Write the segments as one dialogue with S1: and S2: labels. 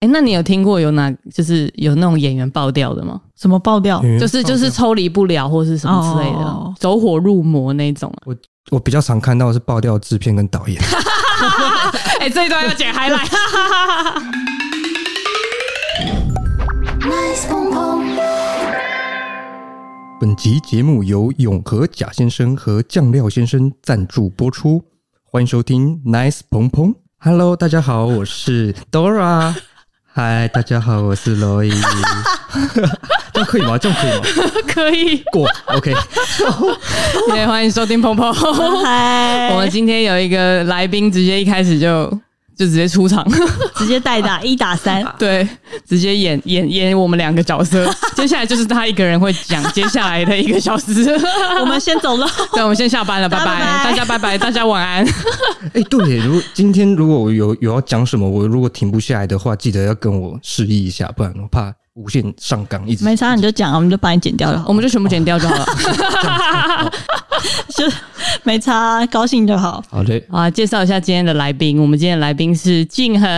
S1: 哎，那你有听过有哪就是有那种演员爆掉的吗？
S2: 什么爆掉？
S1: 就
S3: 就是
S1: 就是抽离不了或是什么之类的，
S2: 哦
S1: 走火入魔那种、啊。
S3: 我比较常看到的是爆掉制片跟导演，
S1: 哎、这一段要剪 h 来。
S3: 本集节目由永和贾先生和酱料先生赞助播出，欢迎收听 Nice 鹏鹏。Hello，大家好，我是 Dora。嗨，大家好，我是罗伊。这样可以吗？这样可以吗？
S1: 可以，
S3: 过 OK。
S1: 对，欢迎收听鹏 鹏。
S2: 嗨，
S1: 我们今天有一个来宾，直接一开始就就直接出场，
S2: 直接代 打一打三，
S1: 对，直接演演演我们两个角色。接下来就是他一个人会讲接下来的一个小时。
S2: 我们先走了。
S1: 对，我们先下班了，拜
S2: 大
S1: 拜，大家
S2: 家拜拜
S1: 拜拜，大家晚安。
S3: 哎、对耶，如果今天如果我有有要讲什么，我如果停不下来的话，记得要跟我示意一下，不然我怕无限上纲，一直
S2: 没啥你就讲， 我们就把你剪掉了，
S1: 我们就全部剪掉就好了。
S2: 就没差，高兴就好。
S3: 好嘞。
S1: 好啊，介绍一下今天的来宾。我们今天的来宾是静恒。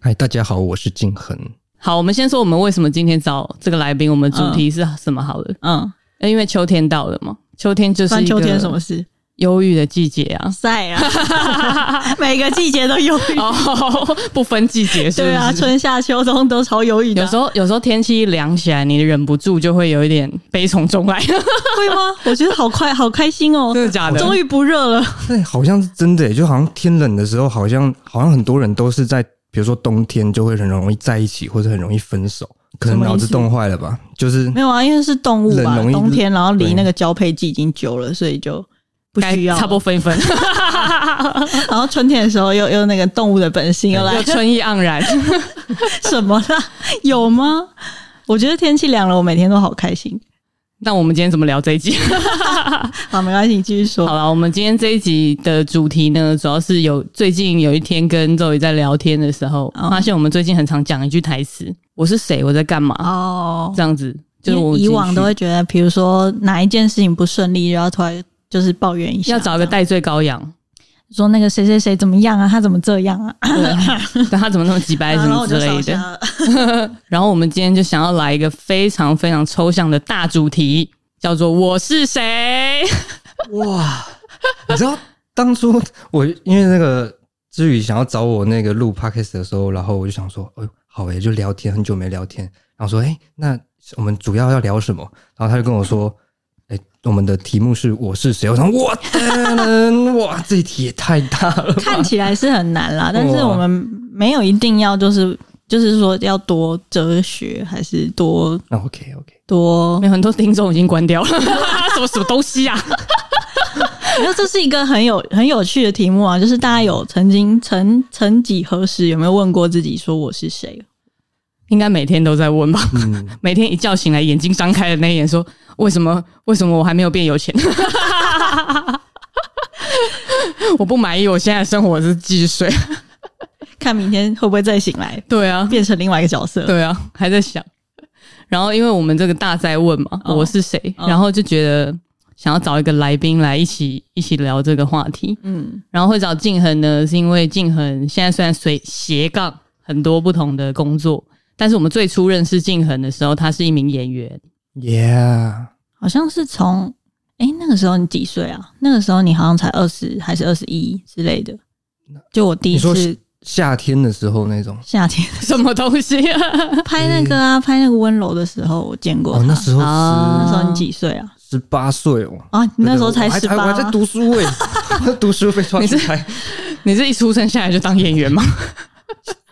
S3: 嗨，大家好，我是金恒。
S1: 好，我们先说我们为什么今天找这个来宾，我们主题是什么好了？
S2: 嗯，
S1: 呃因为秋天到了嘛，秋天就是
S2: 关
S1: 一
S2: 秋
S1: 个
S2: 天什么事？。
S1: 忧郁的季节啊
S2: 晒 啊，每个季节都忧郁。
S1: 哦，不分季节是不是？
S2: 对啊，春夏秋冬都超忧郁的啊。
S1: 有时候有时候天气一凉起来，你忍不住就会有一点悲从中来，
S2: 会吗？我觉得好快，好开心哦！
S1: 真的假的？
S2: 终于不热了。
S3: 对，哎好像是真的耶，就好像天冷的时候，好像好像很多人都是在，比如说冬天就会很容易在一起，或者很容易分手，可能脑子冻坏了吧？就是
S2: 没有啊，因为是动物吧，
S3: 冷容易
S2: 冬天然后离
S3: 对
S2: 那个交配季已经久了，所以就不
S1: 该
S2: 需要。
S1: 差不多分一分，
S2: 然后春天的时候又又那个动物的本性又 来
S1: 有
S2: 了，
S1: 春意盎然。
S2: 什么啦？有吗？我觉得天气凉了，我每天都好开心。
S1: 那我们今天怎么聊这一集？
S2: 好，没关系，你继续说
S1: 好。了，我们今天这一集的主题呢，主要是有最近有一天跟周宇在聊天的时候，
S2: 哦
S1: 发现我们最近很常讲一句台词：“我是谁？我在干嘛？”
S2: 哦，
S1: 这样子，
S2: 因
S1: 就是
S2: 为
S1: 我
S2: 以往都
S1: 情绪
S2: 会觉得，比如说哪一件事情不顺利，然后突然就是抱怨一下，
S1: 要找一个代罪羔 羊，
S2: 说那个谁谁谁怎么样啊，他怎么这样啊，
S1: 对，但他怎么那么鸡掰什
S2: 然后
S1: 么
S2: 我
S1: 之
S2: 就
S1: 类
S2: 烧
S1: 的
S2: 瞎。了。
S1: 然后我们今天就想要来一个非常非常抽象的大主题，叫做“我是谁
S3: 哇，你知道当初我因为那个之宇想要找我那个录 podcast 的时候，然后我就想说，哎、呦，好诶、就聊天，很久没聊天，然后说，哎、那我们主要要聊什么？然后他就跟我说。哎，我们的题目是我是谁？我想，我的啊哇，这一题也太大了 吧。
S2: 看起来是很难 啦，但是我们没有一定要就是就是说要多哲学，还是多
S3: 那 OK OK，”。
S2: 多
S1: 没有很多听众已经关掉了， 什么什么东西啊？
S2: 我觉得这是一个很有很有趣的题目啊，就是大家有曾经曾曾几何时有没有问过自己说我是谁？
S1: 应该每天都在问吧？
S3: 嗯，
S1: 每天一觉醒来，眼睛张开的那一眼说：“为什么？为什么我还没有变 有钱？我不满意我现在的生活是继续睡。
S2: 看明天会不会再醒来”，
S1: 对啊，
S2: 变成另外一个角 色？
S1: 对啊，还在想。然后因为我们这个大在问嘛，
S2: 哦
S1: 我是谁，
S2: 哦
S1: 然后就觉得想要找一个来宾来一起一起聊这个话题。
S2: 嗯，
S1: 然后会找静恒呢，是因为静恒现在虽然随斜杠很多不同的工作，但是我们最初认识静恒的时候，他是一名演员。
S3: Yeah，
S2: 好像是从哎、那个时候你几岁啊？那个时候你好像才二十还是二十一之类的。就我第一
S3: 你说
S2: 次
S3: 夏天的时候那种
S2: 夏天
S1: 什么东西、啊？
S2: 拍那个啊，拍那个温柔的时候，我见过
S3: 哦
S2: 他。，
S3: 那时候
S2: 那
S3: 十
S1: 啊
S2: 时候你几岁啊？
S3: 十八岁哦，
S2: 啊，你那时候才
S3: 对
S2: 十
S3: 对
S2: 八、
S3: 我还我还在读书 哎、 读书被抓
S1: 你
S3: 起
S1: 是
S3: 来，
S1: 你是一出生下来就当演员 吗？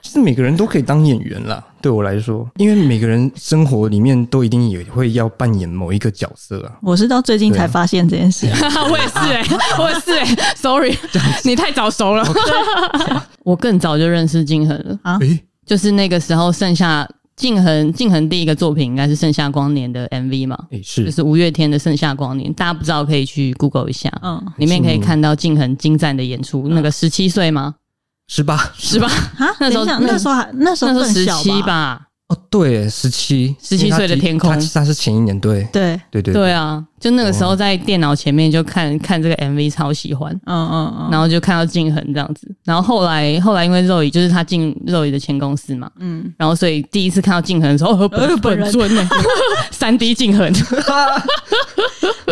S3: 其实每个人都可以当演员啦。对我来说，因为每个人生活里面都一定也会要扮演某一个角色啊。
S2: 我是到最近才
S3: 对啊
S2: 发现这件事。
S1: 我也是哎、 我也是哎、s o r r y 你太早熟了。 我更早就认识静恒了，
S2: 啊
S3: 诶、
S1: 就是那个时候剩下静恒，静恒第一个作品应该是《盛夏光年》的 MV 嘛，
S3: 诶、
S1: 就是是五月天的《盛夏光年》，大家不知道可以去 Google 一下，
S2: 嗯
S1: 里面可以看到静恒精湛的演出。那个十七岁吗？
S3: 十八，
S1: 是吧？
S2: 啊，
S1: 那时候
S2: 等一下那时候还那时
S1: 那
S2: 候
S1: 时候
S2: 更
S1: 十
S2: 小
S1: 七吧，
S3: 哦，对，十七，
S1: 17岁的天空
S3: 他他是前一年，对，
S2: 对，
S3: 对对
S1: 对，啊，就那个时候在电脑前面就看看这个 MV，超喜欢。
S2: 嗯嗯嗯，
S1: 然后就看到静恒这样子，然后后来后来因为肉姨就是他进肉姨的前公司嘛，
S2: 嗯，
S1: 然后所以第一次看到静恒的时候，哦，
S2: 呃
S1: 本
S2: 本人
S1: 本尊呢，三 D 静恒，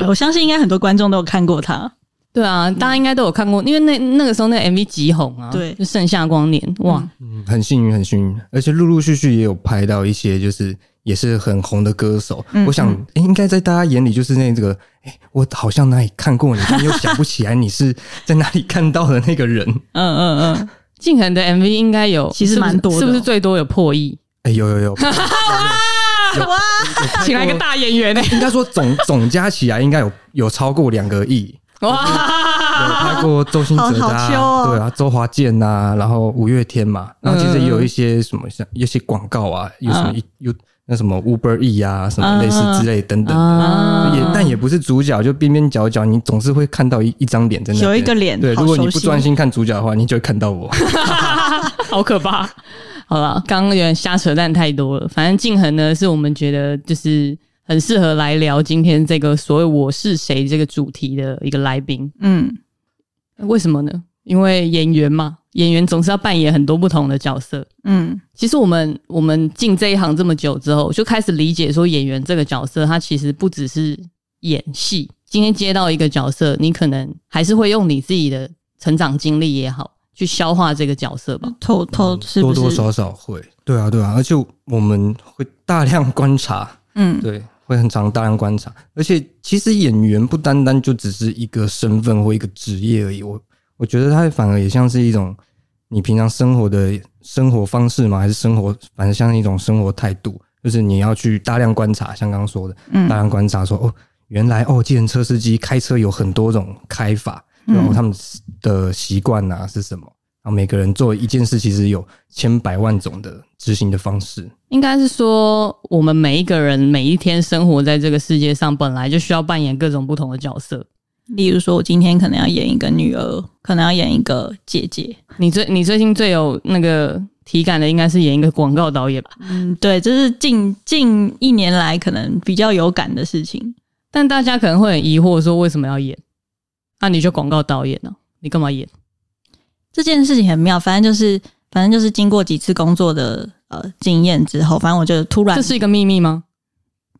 S2: 我相信应该很多观众都有看过他，
S1: 对啊，大家应该都有看过，因为那那个时候那个 MV 极红啊，
S2: 对
S1: 就盛夏光年，哇，
S3: 嗯，很幸运，很幸运，而且陆陆续续也有拍到一些就是也是很红的歌手。
S2: 嗯
S3: 我想、
S2: 嗯
S3: 诶应该在大家眼里就是那这个，哎、我好像哪里看过你，但又想不起来你是在哪里看到的那 个人。
S2: 嗯嗯嗯，
S1: 静恒的 MV 应该有，
S2: 其实
S1: 是不是
S2: 蛮多的哦
S1: 是不是最多有破亿？
S3: 哎、有有有，哇！
S1: 请来一个大演员呢、欸
S3: 应该 说总总加起来应该有有超过两个亿。有
S1: 哇，
S3: 拍过周星哲的、
S2: 啊好好秋
S3: 啊，
S2: 哦嗯
S3: 对啊，周华健呐、然后五月天嘛，然后其实也有一些什么像一些广告啊，有什么
S1: 嗯
S3: 一有那什么 Uber E 啊，什
S2: 嗯
S3: 么类似之类等等 的。
S1: 啊
S3: 也但也不是主角，就边边角角，你总是会看到一一张脸在那边。
S2: 有一个脸
S3: 对，
S2: 好
S3: 如果你
S2: 熟
S3: 不
S2: 悉
S3: 专心看主角的话，你就会看到 我。
S1: 好可怕。好了，刚刚有点瞎扯淡太多了。反正静恒呢，是我们觉得就是很适合来聊今天这个所谓“我是谁”这个主题的一个来宾。
S2: 嗯，
S1: 为什么呢？因为演员嘛，演员总是要扮演很多不同的角色。
S2: 嗯，
S1: 其实我们我们进这一行这么久之后，就开始理解说演员这个角色，他其实不只是演戏。今天接到一个角色，你可能还是会用你自己的成长经历也好，去消化这个角色吧。
S2: 偷
S3: 哦
S2: 偷是不
S3: 嗯多多
S2: 是？
S3: 少少会，对啊，对啊，而且我们会大量观察，
S2: 嗯
S3: 对，会很常大量观察，而且其实演员不单单就只是一个身份或一个职业而已，我我觉得他反而也像是一种你平常生活的生活方式嘛，还是生活，反正像一种生活态度，就是你要去大量观察，像刚刚说的，大
S2: 嗯
S3: 量观察说哦，原来哦，计程车司机开车有很多种开法，
S2: 嗯
S3: 然后他们的习惯啊是什么？然后每个人做一件事，其实有千百万种的执行的方式。
S1: 应该是说，我们每一个人每一天生活在这个世界上，本来就需要扮演各种不同的角色。
S2: 例如说，我今天可能要演一个女儿，可能要演一个姐姐，
S1: 你最你最近最有那个体感的，应该是演一个广告导演吧？
S2: 嗯，对，这是近近一年来可能比较有感的事情。
S1: 但大家可能会很疑惑，说为什么要演？那、你就广告导演呢、啊你干嘛演？
S2: 这件事情很妙，反正就是反正就是经过几次工作的呃经验之后，反正我就突然
S1: 这是一个秘密吗？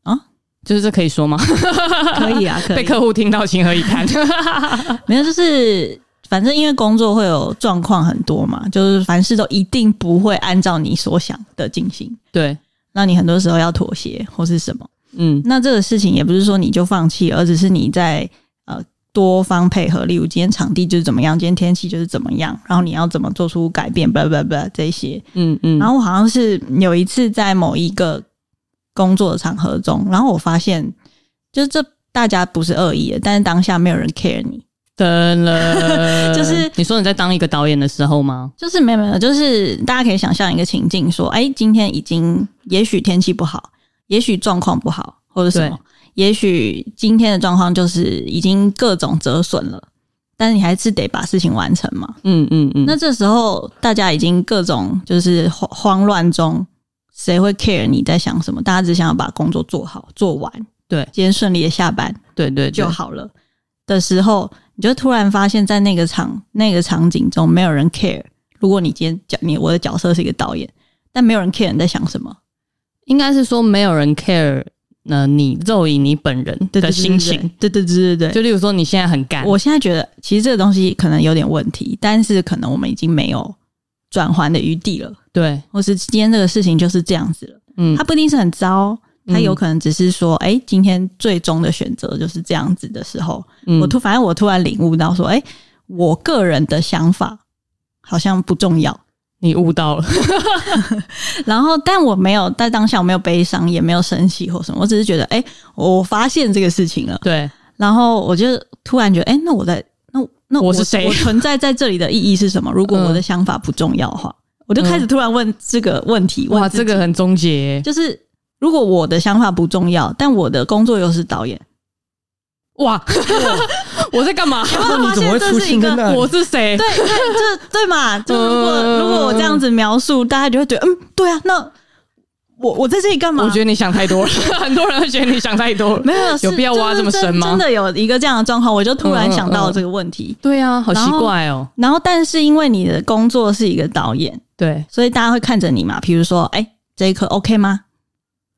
S2: 啊，
S1: 就是这可以说吗？
S2: 可以啊，可
S1: 被
S2: 以，
S1: 客户听到，情何以 堪？
S2: 没有就是。反正因为工作会有状况很多嘛，就是凡事都一定不会按照你所想的进行，
S1: 对，
S2: 那你很多时候要妥协或是什么。
S1: 嗯
S2: 那这个事情也不是说你就放弃，而只是你在呃多方配合，例如今天场地就是怎么样，今天天气就是怎么样，然后你要怎么做出改变，不不不这些。
S1: 嗯嗯，
S2: 然后我好像是有一次在某一个工作的场合中，然后我发现，就是这大家不是恶意的，但是当下没有人 care 你，
S1: 等了，
S2: 就是
S1: 你说你在当一个导演的时候吗？
S2: 就是没有没有，就是大家可以想象一个情境，说，哎，今天已经也许天气不好，也许状况不好，或者什么
S1: 对，
S2: 也许今天的状况就是已经各种折损了，但是你还是得把事情完成嘛。
S1: 嗯嗯嗯，
S2: 那这时候大家已经各种就是慌慌乱中，谁会 care 你在想什么？大家只想要把工作做好做完，
S1: 对
S2: 今天顺利的下班，
S1: 对对对
S2: 就好了的时候，你就突然发现，在那个场那个场景中，没有人 care。如果你今天角你我的角色是一个导演，但没有人 care 你在想什么，
S1: 应该是说没有人 care，呃，你肉以你本人
S2: 对
S1: 的心情。，
S2: 对对对对对
S1: 就
S2: 对。
S1: 例如说，你现在很干，
S2: 我现在觉得，其实这个东西可能有点问题，但是可能我们已经没有转圜的余地了，
S1: 对，
S2: 或是今天这个事情就是这样子了。
S1: 嗯
S2: 它，不一定是很糟，它
S1: 嗯
S2: 有可能只是说，哎、今天最终的选择就是这样子的时候，
S1: 嗯
S2: 我突反正我突然领悟到说，哎、我个人的想法好像不重要。
S1: 你悟到 了，
S2: 然后，但我没有在当下我没有悲伤，也没有生气或什么，我只是觉得，哎、我发现这个事情了。
S1: 对，
S2: 然后我就突然觉得，哎、那我在那那
S1: 我是谁嗯
S2: 我存在在这里的意义是什么？如果我的想法不重要的话，我就开始突然问这个问题。
S1: 哇，
S2: 问自己
S1: 这个很终结，
S2: 就是。如果我的想法不重要，但我的工作又是导演，
S1: 哇， 我在干嘛？
S3: 那你怎么会出现在那里？
S1: 我是谁？
S2: 对对，这对嘛？就如果
S1: 嗯
S2: 如果我这样子描述，大家就会觉得，嗯，对啊，那我我在这里干嘛？
S1: 我觉得你想太 多了，很多人会觉得你想太多了。
S2: 没有是
S1: 有必要挖
S2: 就是
S1: 这么深吗
S2: 真真的有一个这样的状况，我就突
S1: 嗯
S2: 然
S1: 嗯
S2: 想
S1: 嗯
S2: 到这个问题。
S1: 对啊，好奇怪哦。
S2: 然后，但是因为你的工作是一个导演，
S1: 对，
S2: 所以大家会看着你嘛。比如说，哎、这一颗 OK 吗？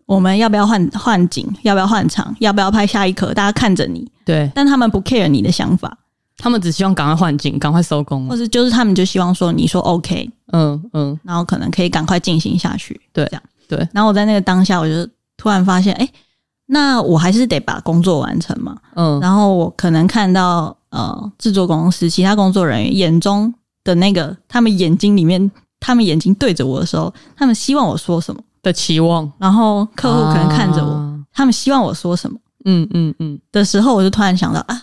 S2: 我们要不要换换景？要不要换场？要不要拍下一颗？大家看着你，
S1: 对
S2: 但他们不 care 你的想法，
S1: 他们只希望赶快换景，赶快收工
S2: 或。是就是他们就希望说你说 OK，
S1: 嗯嗯，
S2: 然后可能可以赶快进行下去。
S1: 对
S2: 这样
S1: 对。
S2: 然后我在那个当下，我就突然发现，哎、那我还是得把工作完成嘛。
S1: 嗯，
S2: 然后我可能看到呃，制作公司其他工作人员眼中的那个，他们眼睛里面，他们眼睛对着我的时候，他们希望我说什么，
S1: 的期望，
S2: 然后客户可能看着我，
S1: 啊
S2: 他们希望我说什么
S1: 嗯嗯嗯，
S2: 的时候，我就突然想到啊，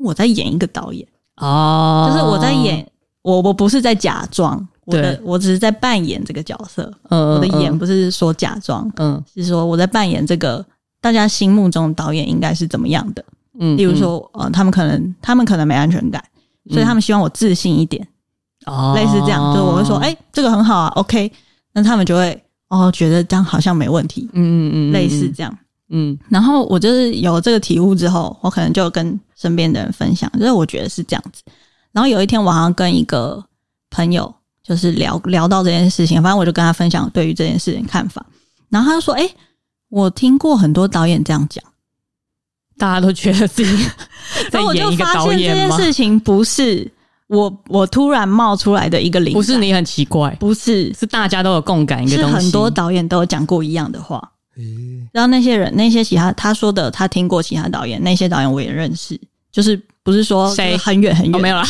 S2: 我在演一个导演，
S1: 哦
S2: 就是我在，演，我我不是在假装，我的
S1: 对
S2: 我只是在扮演这个角色，
S1: 嗯
S2: 我的演，
S1: 嗯
S2: 不是说假装，
S1: 嗯
S2: 是说我在扮演这个大家心目中导演应该是怎么样的。
S1: 嗯，
S2: 例如说，呃，他们可能他们可能没安全感，
S1: 嗯，
S2: 所以他们希望我自信一点，
S1: 哦
S2: 类似这样，就是我会说，哎、，这个很好啊，OK，那他们就会哦，觉得这样好像没问题，
S1: 嗯嗯嗯，
S2: 类似，这样。
S1: 嗯
S2: 然后我就是有这个体悟之后，我可能就跟身边的人分享，就是我觉得是这样子。然后有一天，我好像跟一个朋友就是聊聊到这件事情，反正我就跟他分享对于这件事情的看法，然后他就说，哎、我听过很多导演这样讲。
S1: 大家都觉得自己在
S2: 然后我
S1: 演
S2: 就
S1: 一个
S2: 发
S1: 导
S2: 现这
S1: 演
S2: 件
S1: 吗？
S2: 事情不是我我突然冒出来的一个灵感，
S1: 不是你很奇怪，
S2: 不是，
S1: 是大家都有共感一个
S2: 啊是
S1: 东西，
S2: 很多导演都有讲过一样的话。
S3: 诶
S2: 然后那些人，那些其他他说的，他听过其他导演，那些导演我也认识，就是不是说
S1: 谁
S2: 就是很远很远，
S1: 哦没有啦，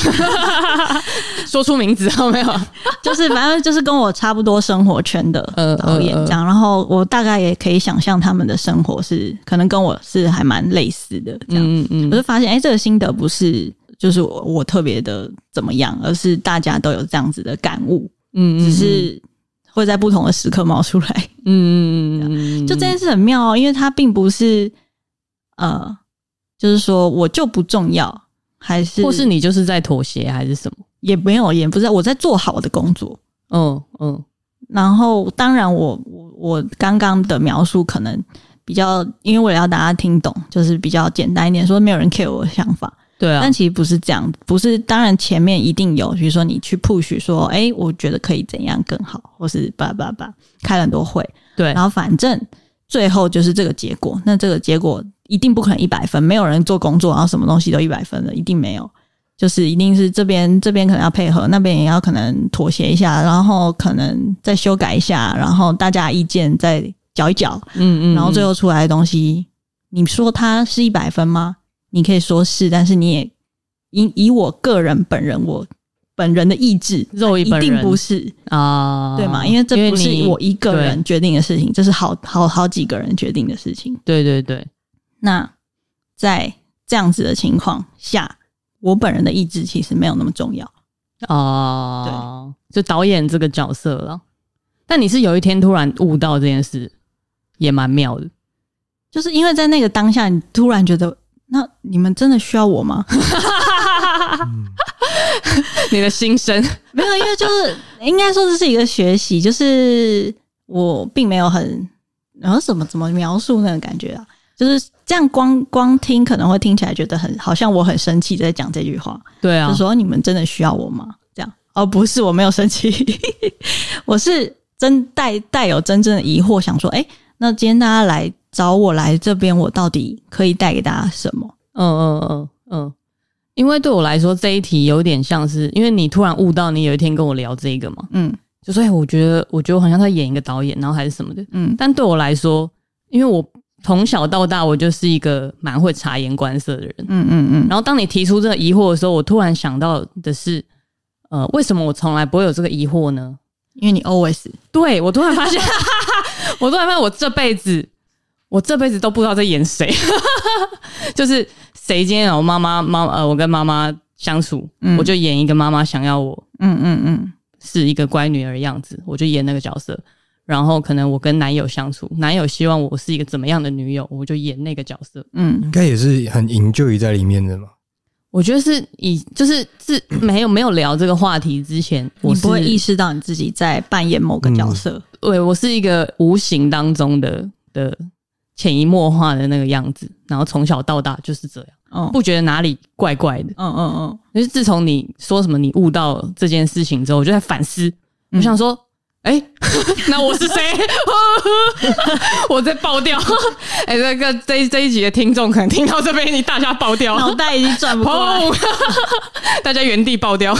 S1: 说出名字哦没有，
S2: 就是反正就是跟我差不多生活圈的
S1: 呃
S2: 导演
S1: 呃呃
S2: 这样。然后我大概也可以想象他们的生活是可能跟我是还蛮类似的这样。
S1: 嗯嗯嗯，
S2: 我就发现，哎、这个心得不是就是我我特别的怎么样，而是大家都有这样子的感悟，
S1: 嗯
S2: 只是会在不同的时刻冒出来。
S1: 嗯嗯嗯嗯，
S2: 就这件事很妙哦，因为它并不是呃，就是说我就不重要，还是
S1: 或是你就是在妥协还是什么？
S2: 也没有，也不是我在做好我的工作。
S1: 嗯嗯
S2: 然后当然我，我我刚刚的描述可能比较，因为为了要大家听懂，就是比较简单一点，说没有人 care 我的想法。
S1: 对啊
S2: 但，其实不是这样，不是。当然前面一定有，比如说你去 push 说，哎、我觉得可以怎样更好，或是叭叭叭，开了很多会，
S1: 对
S2: 然后反正最后就是这个结果。那这个结果一定不可能一百分，没有人做工作，然后什么东西都一百分的，一定没有。就是一定是这边这边可能要配合，那边也要可能妥协一下，然后可能再修改一下，然后大家意见再搅一搅，
S1: 嗯嗯，
S2: 然后最
S1: 后
S2: 后出来的东西，你说它是一百分吗？你可以说是，但是你也以以我个人本人我本人的意志，
S1: 肉一
S2: 一
S1: 本
S2: 定
S1: 人
S2: 不是，
S1: 啊，
S2: 对哦吗？因为这不是
S1: 你
S2: 我一个人决定的事情，这是好好好几个人决定的事情。
S1: 对对对，
S2: 那在这样子的情况下，我本人的意志其实没有那么重要。
S1: 哦，就导演这个角色了。但你是有一天突然悟到这件事，也蛮妙 的。
S2: 就是因为在那个当下，你突然觉得，那你们真的需要我 吗？
S1: 你的心 声，
S2: 没有，因为就是应该说这是一个学习，就是我并没有很，然后怎么怎么描述那个感觉啊，就是这样光光听可能会听起来觉得很好像我很生气在讲这句话，
S1: 对啊
S2: 就，说你们真的需要我吗？这样哦，不是，我没有生气， 我是真带带有真正的疑惑，想说，哎、那今天大家来找我来这边，我到底可以带给大家什么？
S1: 嗯嗯嗯嗯。因为对我来说，这一题有点像是，因为你突然悟到，你有一天跟我聊这个嘛，
S2: 嗯
S1: 就说，哎、我觉得，我觉得我好像在演一个导演，然后还是什么的。
S2: 嗯
S1: 但对我来说，因为我从小到大，我就是一个蛮会察言观色的人，
S2: 嗯嗯嗯
S1: 然后当你提出这个疑惑的时候，我突然想到的是，呃，为什么我从来不会有这个疑惑呢？
S2: 因为你 always
S1: 对我突然发现，我突然发现我这辈子，我这辈子都不知道在演谁， 就是谁今天我妈妈妈呃，我跟妈妈相处，
S2: 嗯
S1: 我就演一个妈妈想要我
S2: 嗯嗯嗯
S1: 是一个乖女儿的样子，我就演那个角色。然后可能我跟男友相处，男友希望我是一个怎么样的女友，我就演那个角色。
S2: 嗯
S3: 应该也是很营救于在里面的嘛。
S1: 我觉得是以就是自 没有没有聊这个话题之前，我
S2: 你不会
S1: 是
S2: 意识到你自己在扮演某个角色。
S1: 对我是一个无形当中的的潜移默化的那个样子，然后从小到大就是这样，
S2: 嗯，
S1: 不觉得哪里怪怪的。
S2: 嗯嗯嗯，
S1: 就是自从你说什么你悟到这件事情之后，我就在反思，
S2: 嗯
S1: 我想说，哎、 那我是谁？ 我在爆掉。哎、这个这一这一集的听众可能听到这边，你大家爆掉，
S2: 脑袋已经转不过来，
S1: 砰， 大家原地爆掉。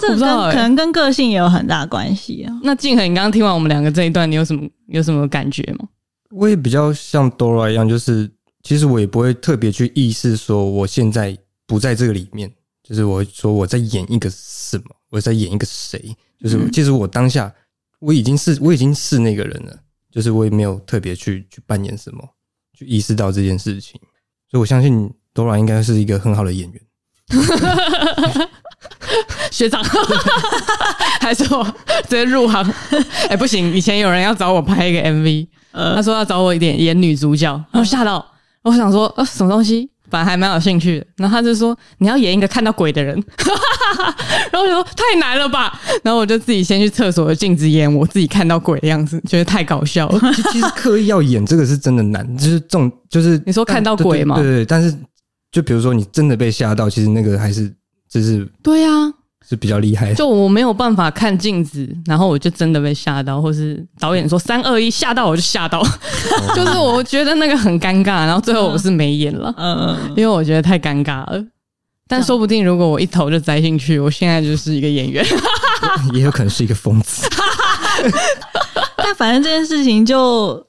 S2: 这
S1: 我不
S2: 跟
S1: 知道欸
S2: 可能跟个性也有很大关系啊。
S1: 那静恒，你刚刚听完我们两个这一段，你有什么有什么感觉吗？
S3: 我也比较像 Dora 一样，就是其实我也不会特别去意识说我现在不在这个里面，就是我会说我在演一个什么，我在演一个谁，就是、
S2: 嗯
S3: 其实我当下我已经是我已经是那个人了，就是我也没有特别去去扮演什么，去意识到这件事情，所以我相信 Dora 应该是一个很好 的演员。
S1: 学长， 还是我直接入行？哎、不行，以前有人要找我拍一个 MV，、他
S2: 呃，
S1: 说要找我一点演女主角，然后吓到，我想说呃什么东西，反正还蛮有兴趣的。然后他就说你要演一个看到鬼的人， 然后我就说太难了吧，然后我就自己先去厕所的镜子演我自己看到鬼的样子，觉得太搞笑了。
S3: 其其实刻意要演这个是真的难，就是这种就是
S1: 你说看到鬼吗
S3: 对对对，但是就比如说你真的被吓到，其实那个还是就是
S1: 对啊，
S3: 是比较厉害 的。
S1: 就我没有办法看镜子，然后我就真的被吓到，或是导演说三二一吓到我就吓到， 就是我觉得那个很尴尬，然后最后我是没演了，
S2: 嗯，
S1: 因为我觉得太尴尬了。但说不定如果我一头就栽进去，我现在就是一个演员。
S3: 也有可能是一个疯子。
S2: 但反正这件事情就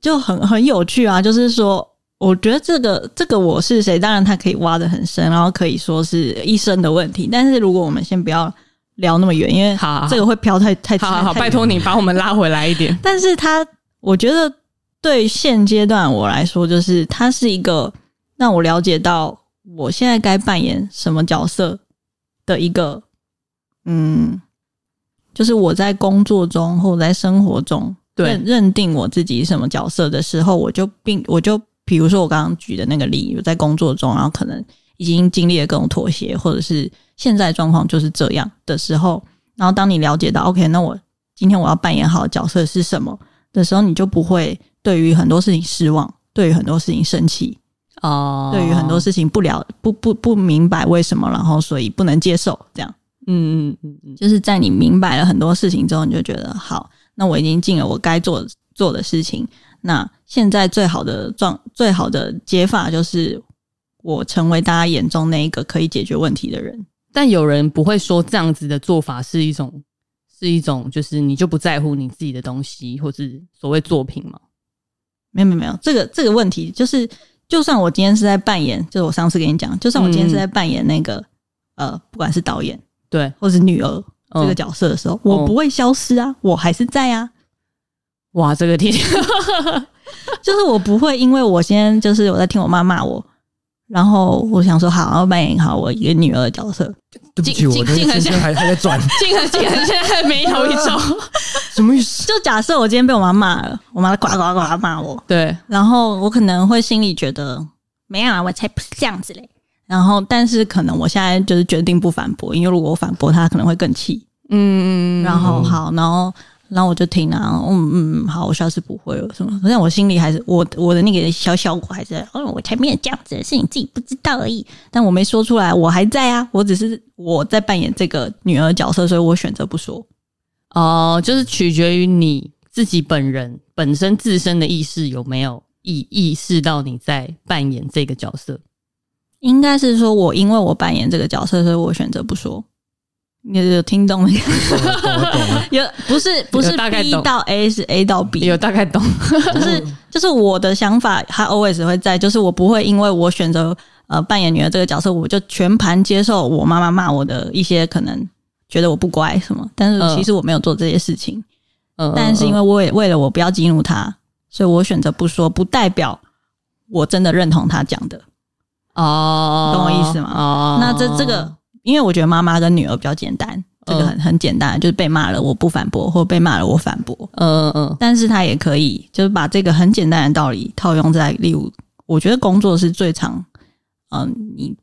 S2: 就很很有趣啊，就是说。我觉得这个这个我是谁，当然他可以挖的很深，然后可以说是一生的问题。但是如果我们先不要聊那么远，因为
S1: 好好好
S2: 这个会飘太太
S1: 好好好，
S2: 太
S1: 拜托你把我们拉回来一 点。
S2: 但是它，我觉得对现阶段我来说，就是它是一个让我了解到我现在该扮演什么角色的一个，嗯，就是我在工作中或者在生活中
S1: 对
S2: 认认定我自己什么角色的时候，我就并我就比如说我刚刚举的那个例，我在工作中，然后可能已经经历了各种妥协，或者是现在状况就是这样的时候，然后当你了解到 OK，那我今天我要扮演好的角色是什么的时候，你就不会对于很多事情失望，对于很多事情生气，
S1: 哦
S2: 对于很多，事情不了不不不明白为什么，然后所以不能接受这样。
S1: 嗯嗯嗯嗯，
S2: 就是在你明白了很多事情之后，你就觉得好，那我已经尽了我该做做的事情。那现在最好的状，最好的解法就是我成为大家眼中那一个可以解决问题的人。
S1: 但有人不会说这样子的做法是一种，是一种，就是你就不在乎你自己的东西，或是所谓作品嘛？
S2: 没有没有没有，这个这个问题就是，就算我今天是在扮演，就是我上次跟你讲，就算我今天是在扮演那个、呃，不管是导演
S1: 对，
S2: 或是女儿这个
S1: 嗯
S2: 角色的时候，我不会消失啊，我还是在啊。
S1: 哇，这个天，
S2: 就是我不会因为我今天就是我在听我妈骂我，然后我想说好，我扮演好我一个女儿的角色，
S3: 对不起，我
S1: 进
S3: 的
S1: 进
S3: 眼
S1: 进
S3: 睛还还在 转，
S1: 竟然竟然现在眉头一皱，
S3: 什么意 思？
S2: 就假设我今天被我妈骂了，我妈呱呱呱骂我，
S1: 对，
S2: 然后我可能会心里觉得没有啊，我才不是这样子嘞。然后，但是可能我现在就是决定不反驳，因为如果我反驳她，可能会更气。
S1: 嗯，
S2: 然后好，然后然后我就听啊，嗯嗯，好，我下次不会了什么。但我心里还是我我的那个小小我还是，哦，我才没有这样子，是你自己不知道而已。但我没说出来，我还在啊，我只是我在扮演这个女儿角色，所以我选择不说。
S1: 哦、就是取决于你自己本人本身自身的意识有没有意意识到你在扮演这个角色。
S2: 应该是说我因为我扮演这个角色，所以我选择不说。你有听懂没？
S3: 懂了哦懂了懂了，
S2: 有不是不是
S1: 有大概
S2: B
S1: 懂
S2: 到 A 是 A 到 B，
S1: 有大概懂，
S2: 就是
S1: 嗯
S2: 就是我的想法，他 always 会在，就是我不会因为我选择呃扮演女儿这个角色，我就全盘接受我妈妈骂我的一些可能觉得我不乖什么，但是
S1: 嗯
S2: 其实我没有做这些事情，
S1: 嗯
S2: 但是因为
S1: 嗯
S2: 我也为了我不要激怒他，所以我选择不说，不代表我真的认同他讲的。
S1: 哦，
S2: 懂我意思吗
S1: 哦，
S2: 那这这个，因为我觉得妈妈跟女儿比较简单，这个很
S1: 嗯
S2: 很简单，就是被骂了我不反驳，或被骂了我反驳，
S1: 嗯，嗯嗯
S2: 但是他也可以就是把这个很简单的道理套用在，例如，我觉得工作是最常嗯、你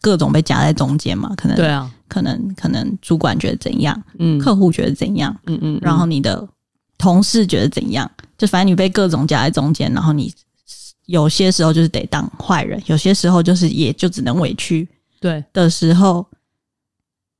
S2: 各种被夹在中间嘛，可能
S1: 对啊，
S2: 可能可能主管觉得怎样，
S1: 嗯，
S2: 客户觉得怎样，
S1: 嗯嗯，嗯
S2: 然后你的同事觉得怎样，就反正你被各种夹在中间，然后你有些时候就是得当坏人，有些时候就是也就只能委屈
S1: 对，
S2: 的时候，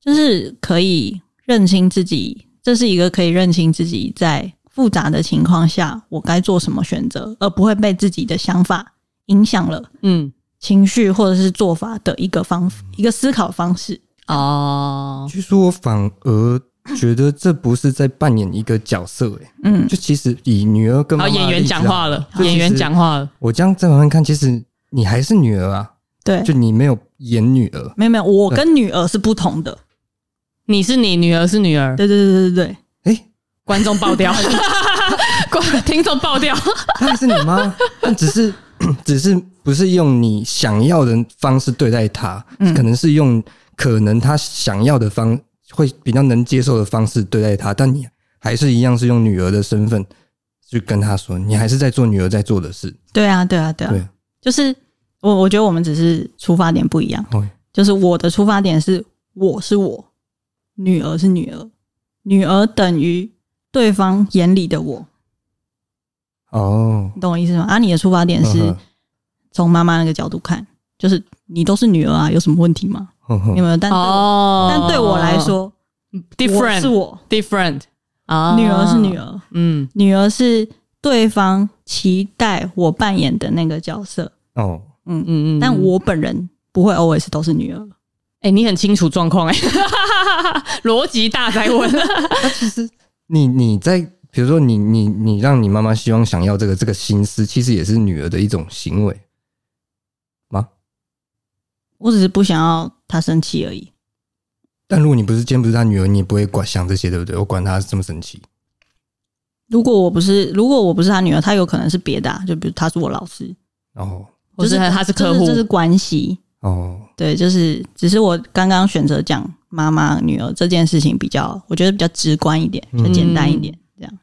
S2: 就是可以认清自己，这是一个可以认清自己在复杂的情况下我该做什么选择，而不会被自己的想法影响了。
S1: 嗯
S2: 情绪或者是做法的一个方一个思考方式，
S1: 哦，
S3: 据说我反而觉得这不是在扮演一个角色、欸，
S2: 嗯，
S3: 就其实以女儿跟妈
S1: 好，
S3: 妈的
S1: 演员
S3: 例子
S1: 讲
S3: 啊
S1: 话了，
S3: 就其实
S1: 演员讲话了，
S3: 我这样再往上看，其实你还是女儿啊，
S2: 对，
S3: 就你没有演女儿，
S2: 没有没有，我跟女儿是不同的，
S1: 你是你，女儿是女儿，
S2: 对对对对对对，
S3: 哎、
S1: 观众爆 掉，观听众爆掉，
S3: 她还是你 妈，但只是 只是不是用你想要的方式对待她，
S2: 嗯
S3: 可能是用可能她想要的方会比较能接受的方式对待她，但你还是一样是用女儿的身份去跟她说，你还是在做女儿在做的事，
S2: 对啊对啊对啊，
S3: 对，
S2: 就是我我觉得我们只是出发点不一样，
S3: 哦，
S2: 就是我的出发点是我是我，女儿是女儿，女儿等于对方眼里的我，
S3: 哦，
S2: 你懂我意思吗？啊，你的出发点是
S3: 嗯
S2: 从妈妈那个角度看，就是你都是女儿啊，有什么问题吗？
S3: 哼哼
S2: 有没有？但对我
S1: 哦，
S2: 但对我来说，我是
S1: ，different
S2: 我，
S1: different 啊，
S2: 女儿是女，儿，
S1: 嗯
S2: 女儿是对方期待我扮演的那个角色，
S3: 哦，
S2: 嗯嗯，
S1: 嗯嗯，
S2: 但我本人不会 always 都是女 儿，
S1: 哎，你很清楚状况哎， 逻辑大灾问，
S3: 你你在比如说你你你让你妈妈希望想要这个这个心思，其实也是女儿的一种行为吗？
S2: 我只是不想要她生气而已。
S3: 但如果你不是今天不是她女儿，你也不会管想这些，对不对？我管她这么生气，
S2: 如果我不是，如果我不是她女儿，她有可能是别的、啊，就比如她是我老师，
S3: 哦
S1: 我是
S2: 就是
S1: 他是客户
S2: 这是这是关系，
S3: 哦，
S2: 对，就是只是我刚刚选择讲妈妈女儿这件事情比较，我觉得比较直观一点，
S3: 嗯
S2: 就简单一点，这样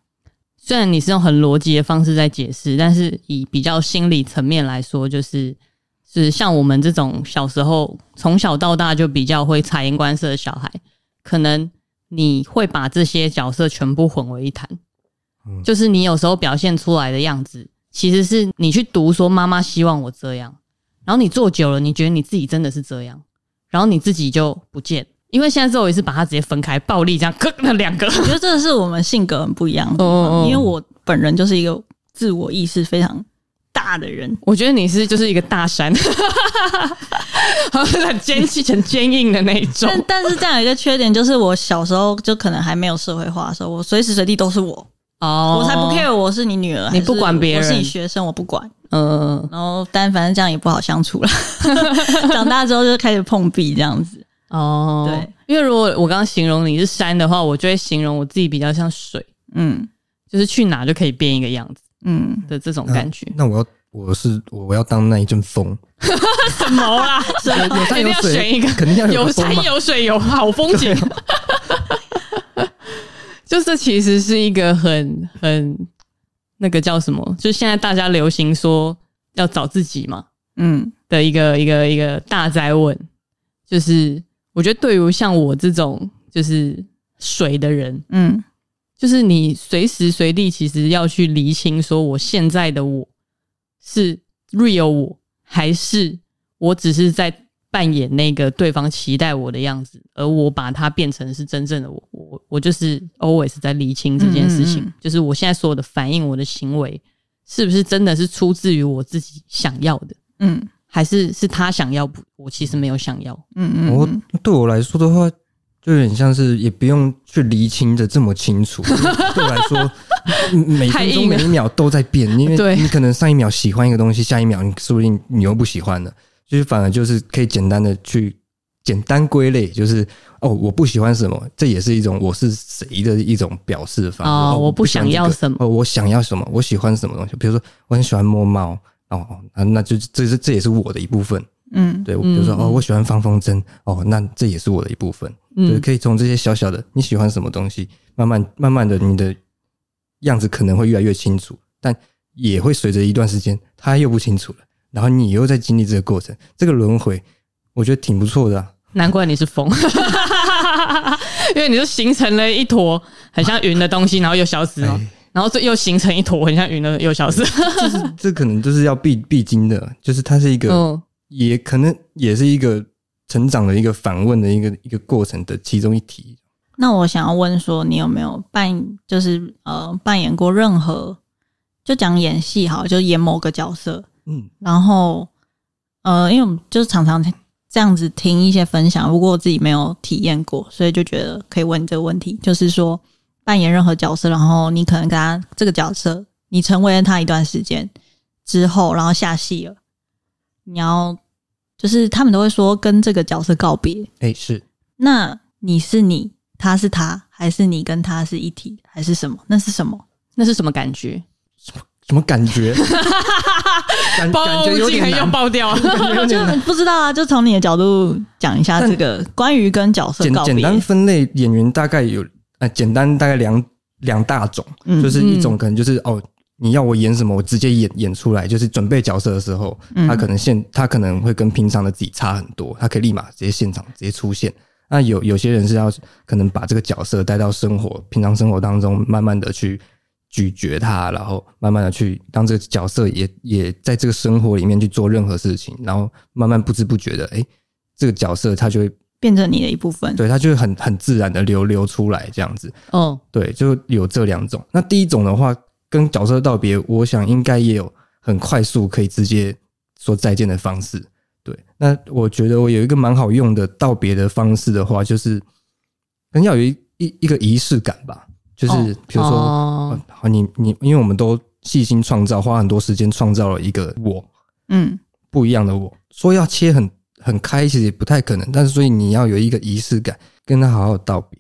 S1: 虽然你是用很逻辑的方式在解释，但是以比较心理层面来说，就是是像我们这种小时候从小到大就比较会察言观色的小孩，可能你会把这些角色全部混为一谈。
S3: 嗯
S1: 就是你有时候表现出来的样子，其实是你去读说妈妈希望我这样，然后你做久了，你觉得你自己真的是这样，然后你自己就不见。因为现在周也是把它直接分开，暴力这样， 咯那两个，
S2: 我觉得这是我们性格很不一样的地
S1: 哦哦哦
S2: 方，因为我本人就是一个自我意识非常大的人，
S1: 我觉得你是就是一个大山， 很坚气、很坚硬的那一种。
S2: 但但是这样有一个缺点，就是我小时候就可能还没有社会化的时候，我随时随地都是我，
S1: 哦
S2: 我才不 care 我是你女儿，
S1: 你不
S2: 还是
S1: 管别人
S2: 我是你学生，我不管。
S1: 嗯，
S2: 然后但反正这样也不好相处了。 长大之后就开始碰壁这样子，
S1: 哦，
S2: 对，
S1: 因为如果我刚刚形容你是山的话，我就会形容我自己比较像水，
S2: 嗯
S1: 就是去哪就可以变一个样子
S2: 嗯，
S1: 的这种感觉。
S3: 那我要我是我要当那一阵 风，
S1: 什么啦？
S3: 有
S1: 一
S3: 山
S1: 定
S3: 有
S1: 要
S3: 水，
S1: 选一个
S3: 肯定要有
S1: 有
S3: 个风
S1: 山
S3: 嘛。
S1: 有水有好风景。就这其实是一个很很那个叫什么？就现在大家流行说要找自己嘛，
S2: 嗯
S1: 的一个一个一个大灾问，就是我觉得对于像我这种就是水的人，
S2: 嗯
S1: 就是你随时随地其实要去厘清，说我现在的我是 real 我，还是我只是在扮演那个对方期待我的样子，而我把它变成是真正的我。我我就是 always 在厘清这件事情，
S2: 嗯嗯嗯
S1: 就是我现在所有的反应，我的行为是不是真的是出自于我自己想要的，
S2: 嗯
S1: 还是是他想要不？我其实没有想要。
S2: 嗯嗯，
S3: 我
S2: 嗯
S3: 哦对我来说的话，就有点像是也不用去厘清的这么清楚。对我来说，嗯每
S1: 太
S3: 分
S1: 硬
S3: 钟
S1: 了
S3: 每一秒都在变，因
S1: 对
S3: 为你可能上一秒喜欢一个东西，下一秒你说不定你又不喜欢了。就是反而就是可以简单的去简单归类，就是哦，我不喜欢什么，这也是一种我是谁的一种表示方式。
S1: 哦我不
S3: 不喜欢
S1: 想要
S3: 这个
S1: 什么
S3: 哦，我想要什么，我喜欢什么东西。比如说，我很喜欢摸猫，哦，啊那就这是这也是我的一部分。
S2: 嗯
S3: 对，我比如说、
S1: 嗯
S3: 哦，我喜欢放风筝，哦，那这也是我的一部分，就是
S1: 嗯，
S3: 可以从这些小小的你喜欢什么东西，慢慢慢慢的你的样子可能会越来越清楚，但也会随着一段时间，它又不清楚了，然后你又在经历这个过程，这个轮回，我觉得挺不错的啊、
S1: 难怪你是风， 因为你就形成了一坨很像云的东西，然后又消失了
S3: 哎，
S1: 然后这又形成一坨很像云的又消失。
S3: 就是哎这可能就是要必必经的，就是它是一 个，
S1: 嗯，
S3: 也可能也是一个成长的一个反问的一个一个过程的其中一题。
S2: 那我想要问说，你有没有扮就是呃扮演过任何就讲演戏好，就演某个角色，
S3: 嗯，
S2: 然后呃，因为我们就是常常这样子听一些分享，不过我自己没有体验过，所以就觉得可以问你这个问题，就是说扮演任何角色，然后你可能跟他这个角色，你成为了他一段时间之后，然后下戏了，你要就是他们都会说跟这个角色告别，
S3: 哎、是
S2: 那你是你，他是他，还是你跟他是一体，还是什么？那是什么？
S1: 那是什么感觉？
S3: 什么感觉？感感
S1: 爆
S3: 觉有
S1: 竟然
S3: 点
S1: 又
S3: 难，
S1: 爆掉啊了。
S3: 感觉有
S2: 就
S3: 点难。
S2: 不知道啊，就从你的角度讲一下
S3: 那
S2: 这个关于跟角色
S3: 简
S2: 告别。
S3: 简单分类演员大概有呃，简单大概两两大种，
S2: 嗯
S3: 就是一种
S1: 嗯
S3: 可能就是哦，你要我演什么，我直接演演出来。就是准备角色的时候，
S2: 嗯
S3: 他可能现他可能会跟平常的自己差很多，他可以立马直接现场直接出现。那有有些人是要可能把这个角色带到生活平常生活当中，慢慢的去咀嚼它，然后慢慢的去让这个角色也也在这个生活里面去做任何事情，然后慢慢不知不觉的，哎、这个角色他就会
S2: 变成你的一部分。
S3: 对，它就会很很自然的流流出来这样子。
S1: 哦，
S3: 对，就有这两种。那第一种的话，跟角色道别，我想应该也有很快速可以直接说再见的方式。对，那我觉得我有一个蛮好用的道别的方式的话，就是可能要有一一一个仪式感吧，就是
S2: 哦
S3: 比如说，
S1: 哦
S3: 哦好，你你，因为我们都细心创造，花很多时间创造了一个我，
S2: 嗯，
S3: 不一样的我。说要切很很开，其实也不太可能，但是所以你要有一个仪式感，跟他好好道别。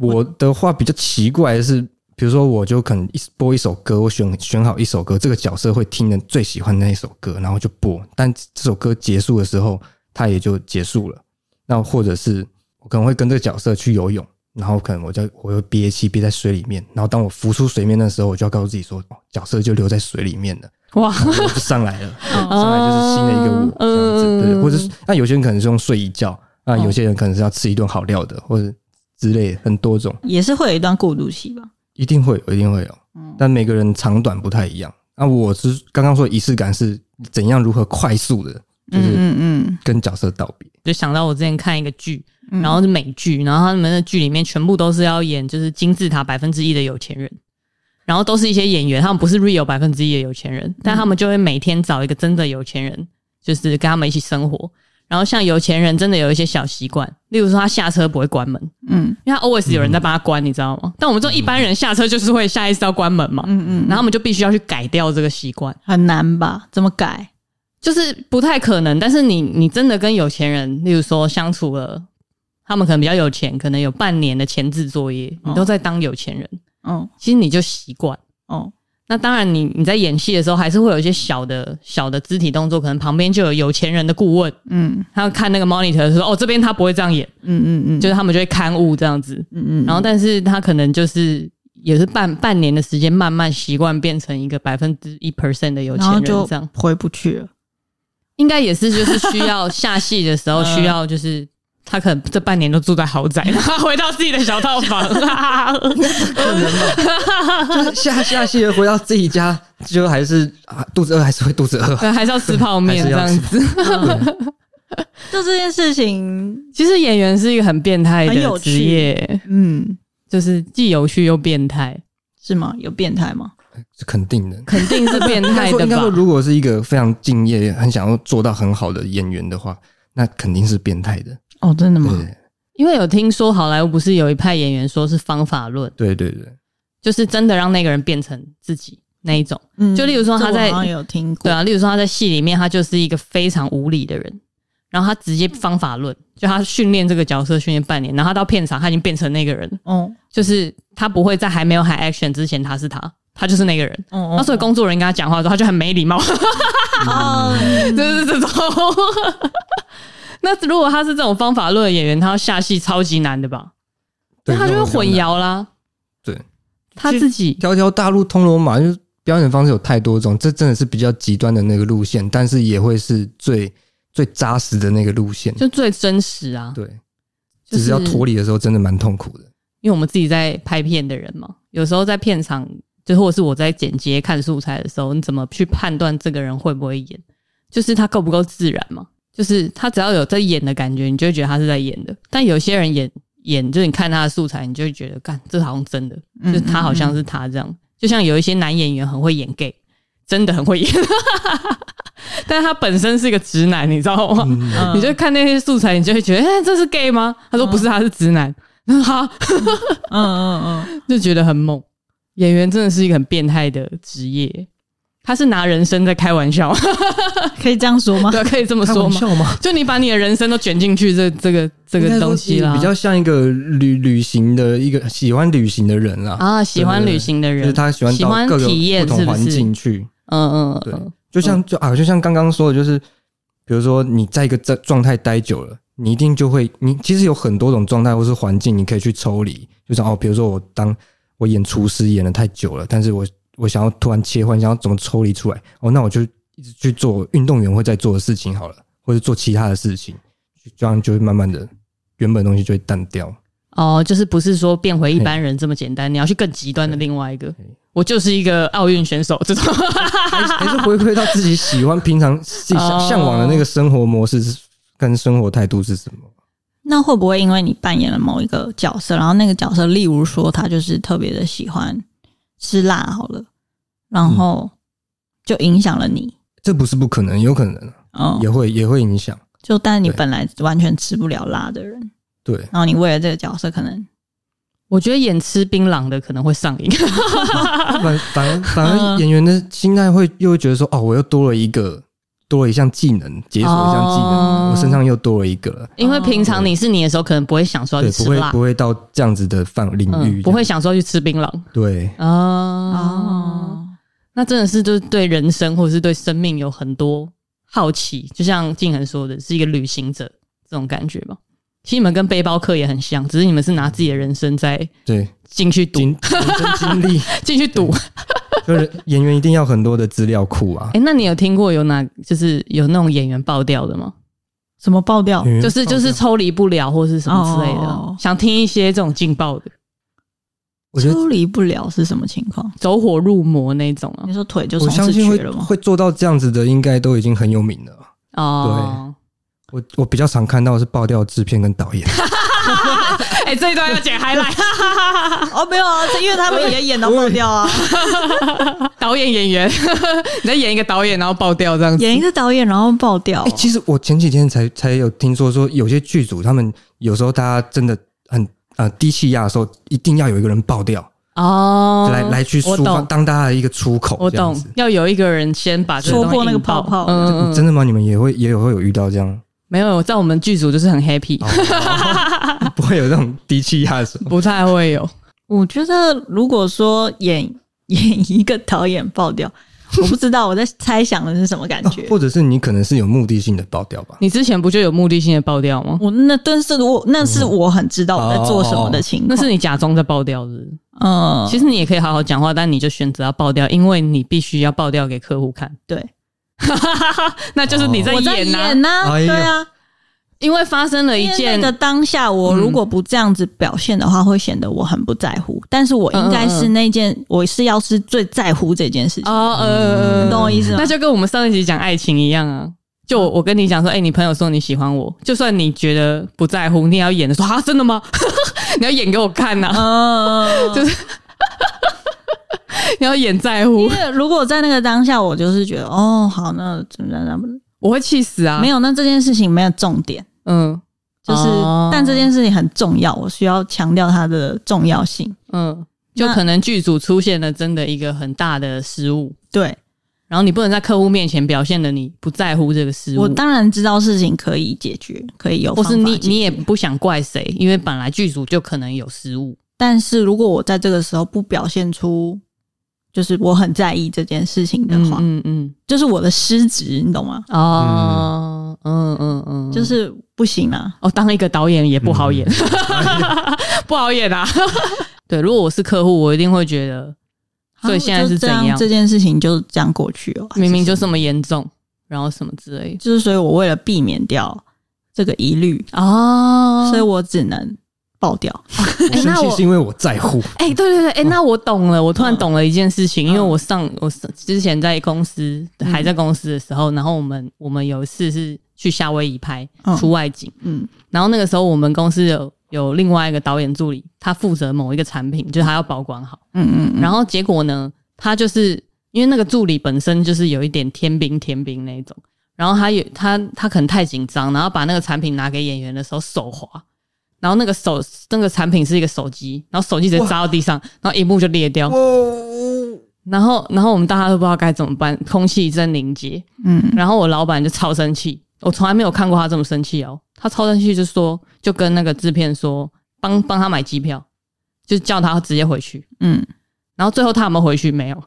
S3: 我的话比较奇怪的是，比如说我就可能一播一首歌，我选选好一首歌，这个角色会听的最喜欢的那一首歌，然后就播。但这首歌结束的时候，它也就结束了。那或者是我可能会跟这个角色去游泳，然后可能我就我会憋气憋在水里面，然后当我浮出水面的时候，我就要告诉自己说，哦，角色就留在水里面了。
S1: 哇，
S3: 然后我就上来了，对上来就是新的一个我这样
S1: 嗯
S3: 子，对，或者是那有些人可能是用睡一觉，那有些人可能是要吃一顿好料的，或者之类很多种，
S2: 也是会有一段过渡期吧。
S3: 一定会有，一定会有，
S2: 嗯，
S3: 但每个人长短不太一样。那我是刚刚说的仪式感是怎样如何快速的，就是
S2: 嗯嗯
S3: 跟角色道别，
S1: 就想到我之前看一个剧，
S2: 嗯，
S1: 然后是美剧，然后他们的剧里面全部都是要演就是金字塔百分之一的有钱人，然后都是一些演员，他们不是 real 百分之一的有钱
S2: 嗯
S1: 人，但他们就会每天找一个真的有钱人，就是跟他们一起生活。然后像有钱人真的有一些小习惯，例如说他下车不会关门，
S2: 嗯
S1: 因为他 always 有人在帮他关，你知道吗？但我们这种一般人下车就是会下意识要关门嘛，
S2: 嗯嗯，
S1: 然后我们就必须要去改掉这个习惯。
S2: 很难吧？怎么改？
S1: 就是不太可能。但是你你真的跟有钱人，例如说相处了，他们可能比较有钱，可能有半年的前置作业，
S2: 哦
S1: 你都在当有钱人，
S2: 哦
S1: 其实你就习惯。
S2: 哦，
S1: 那当然你，你在演戏的时候，还是会有一些小的小的肢体动作，可能旁边就有有钱人的顾问，
S2: 嗯
S1: 他要看那个 monitor 说，哦，这边他不会这样演，
S2: 嗯嗯嗯，
S1: 就是他们就会刊物这样子。
S2: 嗯嗯，
S1: 然后，但是他可能就是也是半半年的时间，慢慢习惯变成一个百分之一 percent 的有
S2: 然
S1: 钱
S2: 后
S1: 人
S2: 就
S1: 这样。
S2: 回不去了。
S1: 应该也是，就是需要下戏的时候
S2: 嗯
S1: 需要，就是他可能这半年都住在豪宅， 他回到自己的小套 房，
S3: 可能吧？就是 下下戏回到自己家，就还是啊肚子饿，还是会肚子饿，
S1: 还是要吃泡面
S3: 还
S1: 这
S3: 是要
S1: 样
S3: 吃
S1: 子。
S2: 就这件事情，
S1: 其实演员是一个很变态
S2: 很有
S1: 的
S2: 趣
S1: 职业，
S2: 嗯，
S1: 就是既有趣又变态，
S2: 是吗？有变态吗？
S3: 是肯定的。
S1: 肯定是变
S3: 应该
S1: 态
S3: 说，
S1: 的
S3: 应该说，
S1: 吧？
S3: 如果是一个非常敬业、很想要做到很好的演员的话，那肯定是变态的。
S2: 哦，真的吗？
S1: 嗯因为有听说好莱坞不是有一派演员说是方法论，
S3: 对对对对，
S1: 就是真的让那个人变成自己那一种。
S2: 嗯
S1: 就例如说他
S2: 这我
S1: 在
S2: 好像有听过，
S1: 对啊，例如说他在戏里面，他就是一个非常无理的人，然后他直接方法论，就他训练这个角色训练半年，然后他到片场他已经变成那个人，
S2: 哦，
S1: 就是他不会在还没有喊 action 之前他是他，他就是那个人。
S2: 哦哦，
S1: 那所以工作人员跟他讲话的时候，他就很没礼貌，
S2: 哦，
S3: 嗯
S1: 就是这种。那如果他是这种方法论的演员，他要下戏超级难的吧？那
S3: 对
S1: 他就会混淆啦。
S3: 对，
S1: 他自己
S3: 条条大路通罗马，就是表演的方式有太多种，这真的是比较极端的那个路线，但是也会是最最扎实的那个路线。
S1: 就最真实啊。
S3: 对，
S1: 就
S3: 只是要
S1: 是
S3: 脱离的时候，真的蛮痛苦的。
S1: 因为我们自己在拍片的人嘛，有时候在片场，就或者是我在剪接看素材的时候，你怎么去判断这个人会不会演？就是他够不够自然嘛？就是他只要有在演的感觉，你就会觉得他是在演的。但有些人演演，就是你看他的素材，你就会觉得，干，这好像真的，
S2: 嗯
S1: 就是他好像是他这样。就像有一些男演员很会演 gay，真的很会演， 但是他本身是一个直男，你知道吗？
S3: 嗯
S2: 嗯
S1: 你就看那些素材，你就会觉得，哎、这是 gay 吗？他说不是，他是直男。 嗯、好，
S2: 嗯嗯嗯，
S1: 就觉得很猛。演员真的是一个很变态的职业，他是拿人生在开玩笑，
S2: 可以这样说吗？
S1: 对，啊可以这么
S3: 开
S1: 说
S3: 玩
S1: 吗？
S3: 笑吗？
S1: 就你把你的人生都卷进去这这个这
S3: 应该
S1: 个
S3: 说
S1: 东西啦，
S3: 比较像一个旅旅行的一个喜欢旅行的人啦，
S1: 啊，喜欢
S3: 对对对
S1: 旅行的
S3: 就
S1: 人，
S3: 是他喜欢
S1: 喜
S3: 到
S1: 欢
S3: 各个
S1: 体验，
S3: 不
S1: 是
S3: 同
S1: 不
S3: 环
S1: 是？
S3: 境去。
S1: 嗯嗯
S3: 对
S1: 嗯，
S3: 就像就啊，就像刚刚说的，就是比如说你在一个状状态待久了，你一定就会，你其实有很多种状态或是环境，你可以去抽离。就是哦，比如说我当我演厨师演的太久了，但是我我想要突然切换，想要怎么抽离出来？哦，那我就一直去做运动员会在做的事情好了，或者做其他的事情，这样就会慢慢的原本的东西就会 淡掉。
S1: 哦，就是不是说变回一般人这么简单，你要去更极端的另外一个。我就是一个奥运选手，这 种
S3: 还是还是回归到自己喜欢、平常自己向
S1: 哦
S3: 向往的那个生活模式是跟生活态度是什么？
S2: 那会不会因为你扮演了某一个角色，然后那个角色，例如说他就是特别的喜欢吃辣好了，然
S3: 嗯
S2: 后就影响了你，
S3: 这不是不可能，有可能啊、
S2: 嗯，
S3: 也会也会影响。
S2: 就但你
S3: 对
S2: 本来完全吃不了辣的人，
S3: 对，
S2: 然后你为了这个角色，可能
S1: 我觉得演吃槟榔的可能会上瘾。
S3: 哦反反而反
S1: 嗯
S3: 而演员的心态会又会觉得说，哦，我又多了一个，多了一项技能，解锁一项技能，
S1: 哦
S3: 我身上又多了一个了。
S1: 因为平常你是你的时候，可能不会想说要
S3: 对，
S1: 去
S3: 不
S1: 吃
S3: 会
S1: 辣
S3: 不，会到这样子的范领域、
S1: 嗯，不会。想说去吃槟榔
S3: 对，
S1: 啊。哦，那真的是就是对人生或者是对生命有很多好奇，就像静恒说的，是一个旅行者这种感觉吧。其实你们跟背包客也很像，只是你们是拿自己的人生在
S3: 对，
S1: 进去赌，
S3: 经人生经 历，
S1: 进去赌。
S3: 就是演员一定要很多的资料库啊
S1: 哎、。那你有听过有哪就是有那种演员爆掉的吗？
S2: 什么爆掉？
S3: 演员
S1: 就是
S3: 爆
S1: 就是
S3: 掉，
S1: 抽离不了或是什么之类的啊，
S2: 哦
S1: 想听一些这种劲爆的，
S3: 我觉得
S2: 抽离不了是什么情况？
S1: 走火入魔那种啊
S2: 你。说腿就
S3: 我
S2: 从
S3: 相
S2: 此
S3: 信
S2: 瘸
S3: 会
S2: 了吗？
S3: 会做到这样子的，应该都已经很有名了。
S1: 哦，
S3: 我我比较常看到的是爆掉制片跟导演，
S1: 哎、这一段要剪 highlight，
S2: 哦，没有啊，是因为他们也演到爆掉啊，
S1: 导演演员， 你在演一个导演，然后爆掉这样子。
S2: 演一个导演然后爆掉啊
S1: 哦
S3: 哎、，其实我前几天才才有听说，说有些剧组他们有时候大家真的很呃低气压的时候，一定要有一个人爆掉，
S1: 哦，
S3: 来来去抒
S1: 我
S3: 发，
S1: 懂，
S3: 当大家的一个出口。
S1: 我
S3: 这样
S1: 懂
S3: 子，
S1: 要有一个人先把这
S2: 戳
S1: 东西
S2: 破那个
S1: 引爆
S2: 泡泡
S1: 嗯，嗯
S3: 真
S1: 嗯
S3: 的吗？你们也会也有会有遇到这样？
S1: 没有在我们剧组就是很 happy，、
S3: 哦 不会有那种低气压的时候。
S1: 不太会有。
S2: 我觉得如果说演 演一个导演爆掉，我不知道我在猜想的是什么感
S3: 哦
S2: 觉。
S3: 或者是你可能是有目的性的爆掉 吧？
S1: 你之前不就有目的性的爆掉吗？
S2: 我那但是我那是
S3: 嗯
S2: 我很知道我在做什么
S3: 哦
S2: 的情况，
S1: 那是你假装在爆掉是不是
S2: 嗯，
S1: 其实你也可以好好讲话，但你就选择要爆掉，因为你必须要爆掉给客户看。
S2: 对，
S1: 那就是你在
S2: 哦我在
S1: 演呐、
S2: 演呐、
S3: 哎呀
S2: 对啊，
S1: 因为发生了一
S2: 因为
S1: 件
S2: 那个当下我如果不这样子表现的话，会显得我很不在乎，但是我应该是那件我是要是最在乎这件事情，
S3: 嗯
S1: 哦呃，
S2: 你懂我意思吗？
S1: 那就跟我们上一集讲爱情一样啊。就我我跟你讲说，哎、你朋友说你喜欢我，就算你觉得不在乎，你也要演的说啊，真的吗？ 你要演给我看啊呐、
S2: 嗯， 就是
S1: 你要演在乎
S2: 因，为如果在那个当下，我就是觉得哦，好，那怎么怎么
S1: 我会气死啊。
S2: 没
S1: 有，
S2: 有，那这件事情没有重点，
S1: 嗯
S2: 就是、
S1: 哦
S2: 但这件事情很重要，我需要强调它的重要性。
S1: 嗯，就
S2: 那
S1: 可能剧组出现了真的一个很大的失误，
S2: 对
S1: 然后你不能在客户面前表现的你不在乎这个失误。
S2: 我当然知道事情可以解决，可以有
S1: 或
S2: 方法
S1: 是你
S2: 解决
S1: 你也不想怪谁，因为本来剧组就可能有失误。
S2: 但是如果我在这个时候不表现出，就是我很在意这件事情的话，
S1: 嗯嗯
S2: 就是我的失职，你懂吗？
S1: 嗯，哦，嗯嗯嗯，
S2: 就是不行啊。
S1: 哦，当一个导演也不好演， 不好演啊。对，如果我是客户，我一定会觉得所以现在是
S2: 就这
S1: 怎样
S2: 这件事情就这样过去哦。
S1: 明明就
S2: 其实
S1: 这么严重，然后什么之类的
S2: 就是，所以我为了避免掉这个疑虑，
S1: 哦
S2: 所以我只能爆掉。
S3: 我生
S1: 哎那
S3: 气
S1: 我
S3: 是因为我在乎，
S1: 哎、对对对，哎、那我懂了，我突然
S2: 嗯
S1: 懂了一件事情，因为
S2: 嗯
S1: 我上我上之前在公司
S2: 嗯
S1: 还在公司的时候，然后我们我们有一次是去夏威夷拍
S2: 嗯
S1: 出外景，
S2: 嗯
S1: 然后那个时候我们公司有有另外一个导演助理，他负责某一个产品，就是他要保管好，
S2: 嗯嗯嗯，
S1: 然后结果呢，他就是因为那个助理本身就是有一点天兵天兵那一种，然后他有他他可能太紧张，然后把那个产品拿给演员的时候手滑，然后那个手那个产品是一个手机，然后手机直接砸到地上，然后荧幕就裂掉，
S3: 哦，
S1: 然后然后我们大家都不知道该怎么办，空气一阵凝结，
S2: 嗯
S1: 然后我老板就超生气，我从来没有看过他这么生气哦。他超生气，就说就跟那个制片说，帮帮他买机票，就叫他直接回去。
S2: 嗯
S1: 然后最后他有没有回去？没有，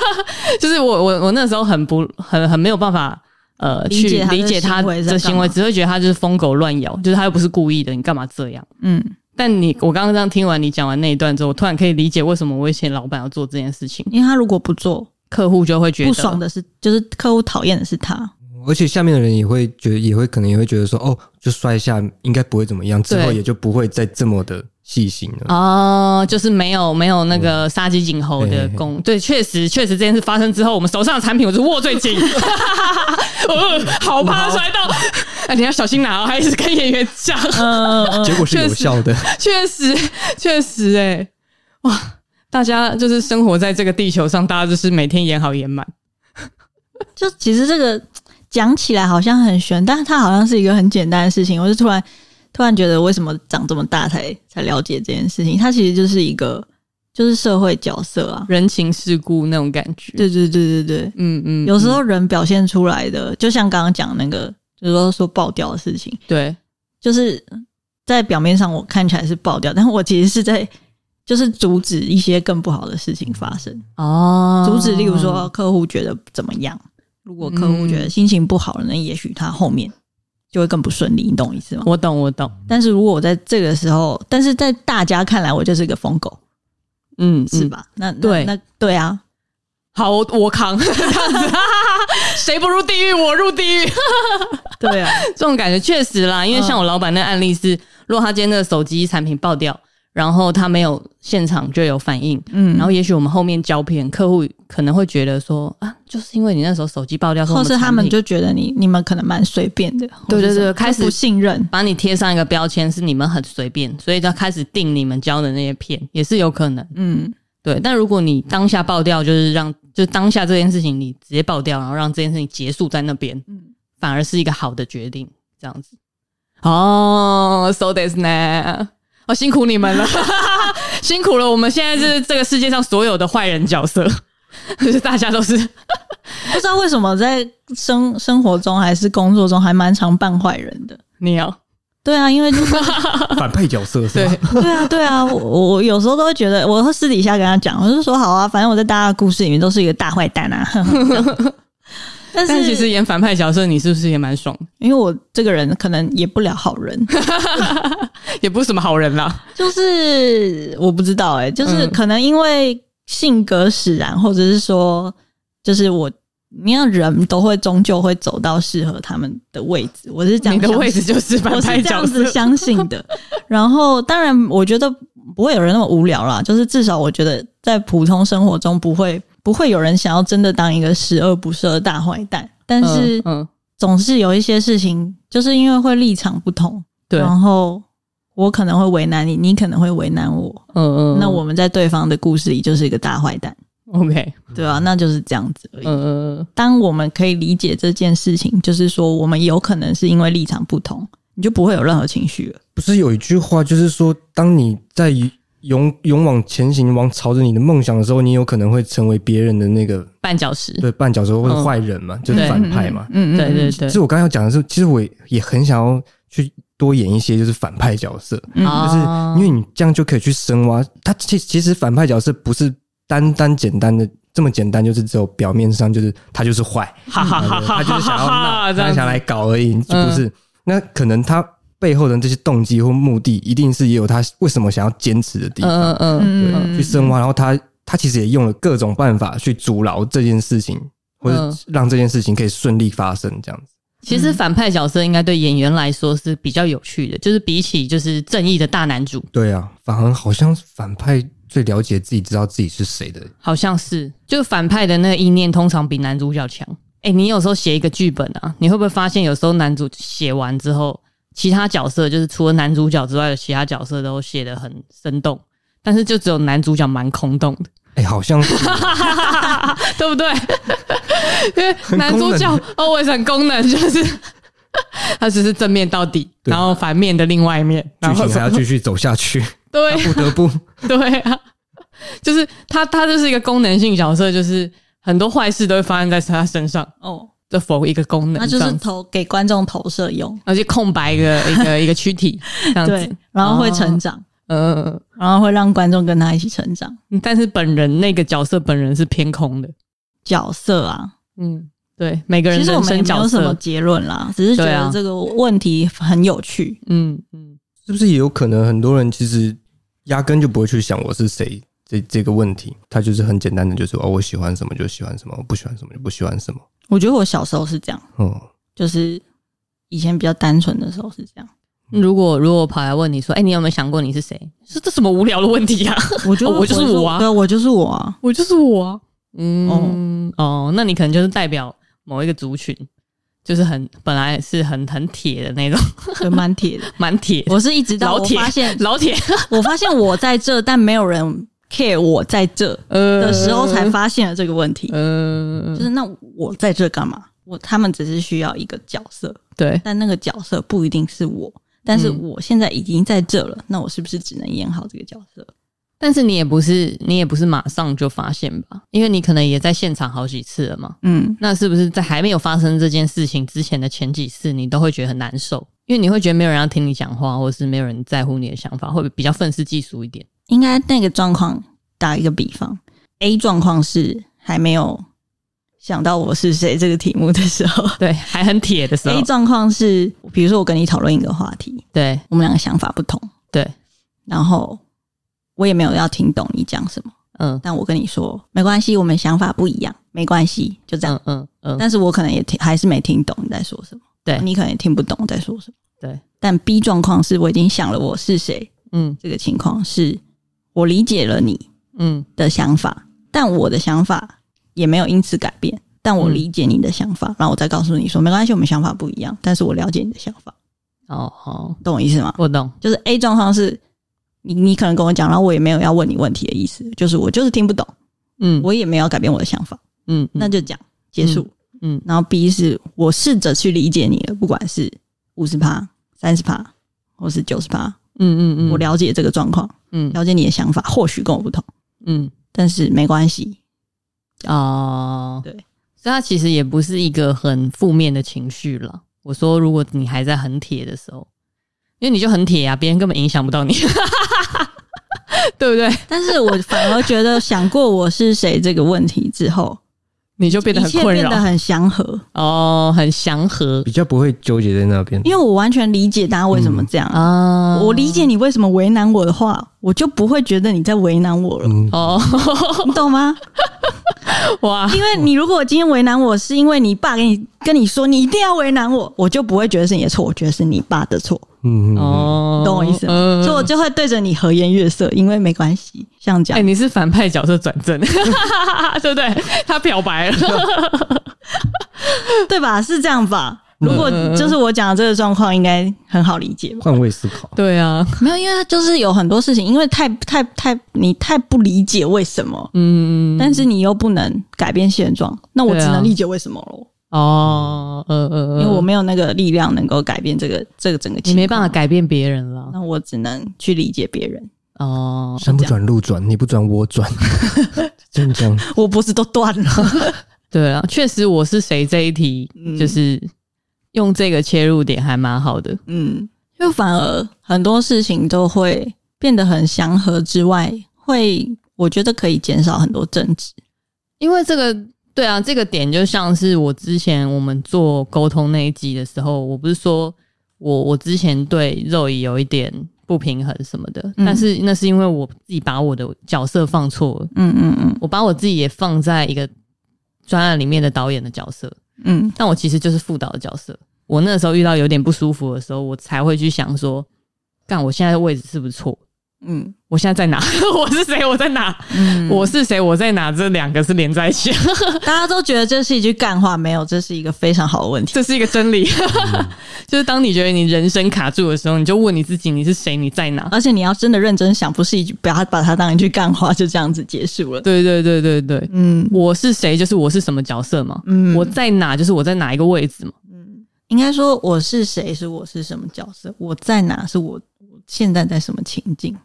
S1: 就是我我我那时候很不很很没有办法呃
S2: 理
S1: 去
S2: 解他的
S1: 理解他
S2: 行为在
S1: 的行
S2: 干嘛
S1: 为，只会觉得他就是疯狗乱咬，就是他又不是故意的，你干嘛这样？
S2: 嗯，
S1: 但你我刚刚这样听完你讲完那一段之后，我突然可以理解为什么我以前老板要做这件事情，
S2: 因为他如果不做，
S1: 客户就会觉得
S2: 不爽的是就是客户讨厌的是他，
S3: 而且下面的人也会觉得，也会可能也会觉得说，哦，就摔一下应该不会怎么样，之后
S1: 对
S3: 也就不会再这么的细心了。
S1: 哦，就是没有没有那个杀鸡儆猴的
S3: 嘿嘿嘿
S1: 功，对，确实确实这件事发生之后，我们手上的产品我是握最 紧， 呃，好怕摔到，哎，你要小心拿哦，还一直跟演员讲，
S2: 嗯嗯
S3: 结果是
S1: 哦确
S3: 有
S1: 实
S3: 效的，
S1: 确实 确实、哎，哇，大家就是生活在这个地球上，大家就是每天演好演满，
S2: 就其实这个讲起来好像很悬，但是它好像是一个很简单的事情。我就突然突然觉得，为什么长这么大才才了解这件事情？它其实就是一个就是社会角色啊。
S1: 人情世故那种感觉，
S2: 对对对对对，
S1: 嗯嗯，
S2: 有时
S1: 嗯
S2: 候人表现出来的，就像刚刚讲那个，就是说说爆掉的事情，
S1: 对，
S2: 就是在表面上我看起来是爆掉，但我其实是在。就是阻止一些更不好的事情发生，
S1: 哦，
S2: 阻止，例如说客户觉得怎么样，如果客户觉
S1: 嗯
S2: 得心情不好了，那也许他后面就会更不顺利，你懂我意思吗？
S1: 我懂我懂，
S2: 但是如果我在这个时候，但是在大家看来，我就是一个疯狗，
S1: 嗯，
S2: 是
S1: 嗯
S2: 吧？那那
S1: 对
S2: 那对啊，
S1: 好，我我扛 这样子，谁不入地狱我入地狱，
S2: 对啊，
S1: 这种感觉确实
S2: 嗯
S1: 啦。因为像我老板那案例是，如果他今天那个手机产品爆掉，然后他没有现场就有反应，
S2: 嗯，
S1: 然后也许我们后面胶片客户可能会觉得说啊，就是因为你那时候手机爆掉，
S2: 或
S1: 是
S2: 是他们就觉得你你们可能蛮随便的，
S1: 对对对
S2: 或是什么
S1: 开始
S2: 就不信任，
S1: 把你贴上一个标签，是你们很随便，所以就开始定你们教的那些片，也是有可能。
S2: 嗯，
S1: 对，但如果你当下爆掉，就是让就当下这件事情你直接爆掉，然后让这件事情结束在那边，
S2: 嗯
S1: 反而是一个好的决定，这样子。哦，so this 呢？哦，辛苦你们 了，辛苦了。我们现在是这个世界上所有的坏人角色，就是大家都是
S2: 不知道为什么在生生活中还是工作中还蛮常扮坏人的。
S1: 你哦，
S2: 对啊，因为就是
S3: 反派角色是
S1: 对
S3: 吧？，
S2: 对啊，对啊，我我我有时候都会觉得，我会私底下跟他讲，我就说好啊，反正我在大家的故事里面都是一个大坏蛋啊。 呵呵这样但是
S1: 但其实演反派角色，你是不是也蛮爽的？
S2: 因为我这个人可能也不了好人，
S1: 也不是什么好人啦。
S2: 就是我不知道哎、就是
S1: 嗯
S2: 可能因为性格使然，或者是说，就是我，你看人都会终究会走到适合他们的位置，我是这样
S1: 你的
S2: 想
S1: 位置就是反
S2: 我
S1: 派
S2: 是这
S1: 角
S2: 样
S1: 色
S2: 子，相信的。然后，当然，我觉得不会有人那么无聊啦。就是至少，我觉得在普通生活中，不会不会有人想要真的当一个十恶不赦的大坏蛋。但是，
S1: 嗯，嗯
S2: 总是有一些事情，就是因为会立场不同，
S1: 对，嗯
S2: 然后我可能会为难你，你可能会为难我。
S1: 嗯，
S2: 那我们在对方的故事里就是一个大坏蛋，
S1: OK，
S2: 对吧、那就是这样子而已。
S1: 嗯嗯嗯，
S2: 当我们可以理解这件事情，就是说我们有可能是因为立场不同，你就不会有任何情绪了。
S3: 不是有一句话就是说，当你在勇勇往前行，往朝着你的梦想的时候，你有可能会成为别人的那个
S1: 绊脚石，
S3: 对绊脚石或者
S1: 嗯
S3: 坏人嘛，就是反派嘛。
S2: 嗯
S1: 对对对
S3: 其实我刚刚要讲的是，其实我也很想要去多演一些就是反派角色，
S2: 嗯
S3: 就是
S1: 啊
S3: 因为你这样就可以去深挖。他其其实反派角色不是单单简单的这么简单，就是只有表面上就是他就是坏，
S1: 哈哈哈哈，
S3: 他就是想要闹，
S1: 这
S3: 他
S1: 样
S3: 想
S1: 子嗯
S3: 来搞而已，就不是。那可能他背后的这些动机或目的，一定是也有他为什么想要坚持的地方，
S1: 嗯嗯嗯，
S3: 对，去深挖，然后他。他其实也用了各种办法去阻挠这件事情，或者
S1: 嗯
S3: 让这件事情可以顺利发生，这样子。
S1: 其实反派角色应该对演员来说是比较有趣的，就是比起就是正义的大男主，
S3: 对啊，反而好像反派最了解自己，知道自己是谁的。
S1: 好像是就反派的那个意念通常比男主角强。哎、你有时候写一个剧本啊，你会不会发现有时候男主写完之后，其他角色就是除了男主角之外的其他角色都写得很生动，但是就只有男主角蛮空洞的。
S3: 哎、好像是
S1: 对不对？因为男主角
S3: 很
S1: always 很功能就是 他只是正面到底，
S3: 对
S1: 然后反面的另外一面，然
S3: 剧
S1: 后
S3: 情还要
S1: 什么
S3: 继续走下去，
S1: 对
S3: 不得不
S1: 对啊，就是他他就是一个功能性角色，就是很多坏事都会发生在他身上，
S2: 哦，
S1: 这否一个功能，
S2: 那就
S1: 这
S2: 是
S1: 样子
S2: 投给观众投射用，
S1: 而且空白一 个一个一个躯体这样
S2: 对
S1: 子，，
S2: 然后会
S1: 哦
S2: 成长，
S1: 嗯。
S2: 然后会让观众跟他一起成长。
S1: 但是本人那个角色本人是偏空的，
S2: 角色啊，
S1: 嗯，对，每个人
S2: 其实我
S1: 人
S2: 们
S1: 生
S2: 也没
S1: 角
S2: 有什么
S1: 色，
S2: 结论啦，只是觉
S1: 对
S2: 得
S1: 啊
S2: 这个问题很有趣。
S1: 嗯嗯，
S3: 是不是也有可能很多人其实压根就不会去想我是谁这这个问题，他就是很简单的就是哦，我喜欢什么就喜欢什么，我不喜欢什么就不喜欢什么。
S2: 我觉得我小时候是这样，
S3: 嗯，
S2: 就是以前比较单纯的时候是这样。
S1: 如果如果我跑来问你说，哎、你有没有想过你是谁？是这什么无聊的问题啊？
S2: 我觉得
S1: 哦我就是
S2: 会说
S1: 我啊
S2: 对，我就是我啊。
S1: 我就是我啊。嗯哦那你可能就是代表某一个族群，就是很本来是很很铁的那种，
S2: 对，蛮铁的。
S1: 蛮铁的
S2: 我是一直到
S1: 老
S2: 我
S1: 铁
S2: 发现，
S1: 老铁。
S2: 我发现我在这，但没有人 care 我在这
S1: 呃
S2: 的时候，才发现了这个问题。
S1: 嗯、
S2: 就是那我在这干嘛？我他们只是需要一个角色，
S1: 对，
S2: 但那个角色不一定是我。但是
S1: 嗯
S2: 我现在已经在这了，那我是不是只能演好这个角色？
S1: 但是你也不是你也不是马上就发现吧，因为你可能也在现场好几次了嘛。
S2: 嗯，
S1: 那是不是在还没有发生这件事情之前的前几次，你都会觉得很难受？因为你会觉得没有人要听你讲话，或者是没有人在乎你的想法，会比较愤世嫉俗一点。
S2: 应该那个状况打一个比方，A 状况是还没有想到我是谁这个题目的时候
S1: 对，还很铁的时候
S2: a，状况是，比如说我跟你讨论一个话题，
S1: 对
S2: 我们两个想法不同，
S1: 对，
S2: 然后我也没有要听懂你讲什么，
S1: 嗯
S2: 但我跟你说没关系，我们想法不一样，没关系，就这样。
S1: 嗯嗯嗯，
S2: 但是我可能也听，还是没听懂你在说什么，
S1: 对
S2: 你可能也听不懂我在说什么。
S1: 对，
S2: 但 B 状况是我已经想了我是谁，
S1: 嗯
S2: 这个情况是我理解了你
S1: 嗯
S2: 的想法，但我的想法也没有因此改变。但我
S1: 嗯
S2: 理解你的想法，然后我再告诉你说，没关系，我们想法不一样，但是我了解你的想法，
S1: 哦好，
S2: 懂我意思吗？
S1: 我懂，
S2: 就是 A 状况是你你可能跟我讲，然后我也没有要问你问题的意思，就是我就是听不懂，
S1: 嗯
S2: 我也没有改变我的想法，
S1: 嗯，
S2: 那就讲结束。
S1: 嗯嗯
S2: 然后 B 是我试着去理解你了，不管是五十趴、三十趴，或是九十趴，
S1: 嗯嗯嗯，
S2: 我了解这个状况，
S1: 嗯
S2: 了解你的想法，或许跟我不同，
S1: 嗯
S2: 但是没关系。
S1: 哦，
S2: 对，
S1: 所以它其实也不是一个很负面的情绪了。我说，如果你还在很铁的时候，因为你就很铁啊，别人根本影响不到你， 对不对？
S2: 但是我反而觉得想过我是谁这个问题之后，
S1: 你就变得
S2: 一
S1: 很
S2: 切
S1: 困
S2: 变
S1: 扰
S2: 得很祥和，
S1: 哦，很祥和
S3: 比较不会纠结在那边，
S2: 因为我完全理解大家为什么这样啊。
S1: 啊，
S2: 我理解你为什么为难我的话，我就不会觉得你在为难我了，
S3: 嗯，
S1: 哦，
S2: 你懂吗？
S1: 哇，
S2: 因为你如果今天为难我，是因为你爸跟你跟你说你一定要为难我，我就不会觉得是你的错，我觉得是你爸的错，
S3: 嗯，哦，
S1: 哦，
S2: 懂我意思吗？
S1: 嗯
S2: 所以我就会对着你和颜悦色，因为没关系，像这
S1: 哎、
S2: 样。
S1: 你是反派角色转正， 对不对？他表白了，
S2: 对吧？是这样吧？如果
S1: 嗯
S2: 就是我讲的这个状况，应该很好理解吧？
S3: 换位思考，
S1: 对啊，
S2: 没有，因为就是有很多事情，因为太太太你太不理解为什么，
S1: 嗯，
S2: 但是你又不能改变现状，那我只
S1: 对啊
S2: 能理解为什么喽。
S1: 哦，呃呃呃，
S2: 因为我没有那个力量能够改变这个这个整个情
S1: 你
S2: 况，
S1: 没办法，改变别人了，
S2: 那我只能去理解别人。
S1: 哦，
S3: 山不转路转，你不转我转，真讲
S2: 我脖子都断了，
S1: 对啊，确实我是谁这一题，
S2: 嗯
S1: 就是用这个切入点还蛮好的，
S2: 嗯，就反而很多事情都会变得很祥和，之外会我觉得可以减少很多争执。
S1: 因为这个。对啊，这个点就像是我之前我们做沟通那一集的时候，我不是说我我之前对肉姨有一点不平衡什么的，但是那是因为我自己把我的角色放错了，
S2: 嗯嗯嗯
S1: 我把我自己也放在一个专案里面的导演的角色，
S2: 嗯
S1: 但我其实就是副导的角色。我那时候遇到有点不舒服的时候，我才会去想说，干，我现在的位置是不是错？
S2: 嗯
S1: 我现在在哪？ 我是谁？我在哪？
S2: 嗯，
S1: 我是谁？我在哪？这两个是连在一起，
S2: 大家都觉得这是一句干话，没有，这是一个非常好的问题。
S1: 这是一个真理。 就是当你觉得你人生卡住的时候，你就问你自己，你是谁？你在哪？
S2: 而且你要真的认真想，不是一句不要把它当一句干话，就这样子结束了。
S1: 对对对对对，
S2: 嗯，
S1: 我是谁？就是我是什么角色嘛？
S2: 嗯
S1: 我在哪？就是我在哪一个位置嘛？
S2: 应该说我是谁，是我是什么角色，我在哪，是我我现在在什么情境。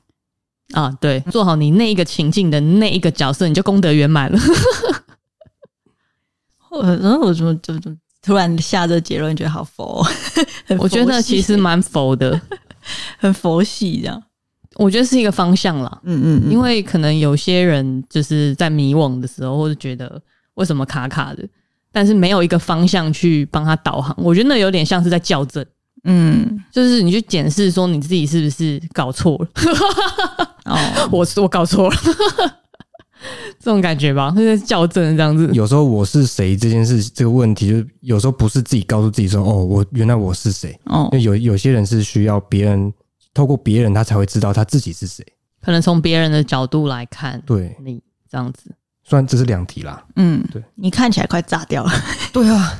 S1: 啊，对，做好你那一个情境的那一个角色，你就功德圆满了。
S2: 我呃我怎么怎么怎么突然下这结论，觉得好 佛、哦，很佛
S1: 我
S2: 系
S1: 觉得其实蛮 佛的，
S2: 很佛系这样。
S1: 我觉得是一个方向啦。
S2: 嗯嗯，
S1: 因为可能有些人就是在迷惘的时候，或者觉得为什么卡卡的，但是没有一个方向去帮他导航。我觉得那有点像是在校正，
S2: 嗯
S1: 就是你去检视说你自己是不是搞错了，
S2: 哦，
S1: 我我搞错了， 这种感觉吧，就是校正这样子。
S3: 有时候我是谁这件事这个问题，就是有时候不是自己告诉自己说哦，我原来我是谁，
S2: 哦
S3: 因为有有些人是需要别人透过别人他才会知道他自己是谁。
S1: 可能从别人的角度来看
S3: 对，
S1: 你这样子，
S3: 虽然这是两题啦。
S2: 嗯，
S3: 对，
S2: 你看起来快 炸掉了。
S3: 对啊，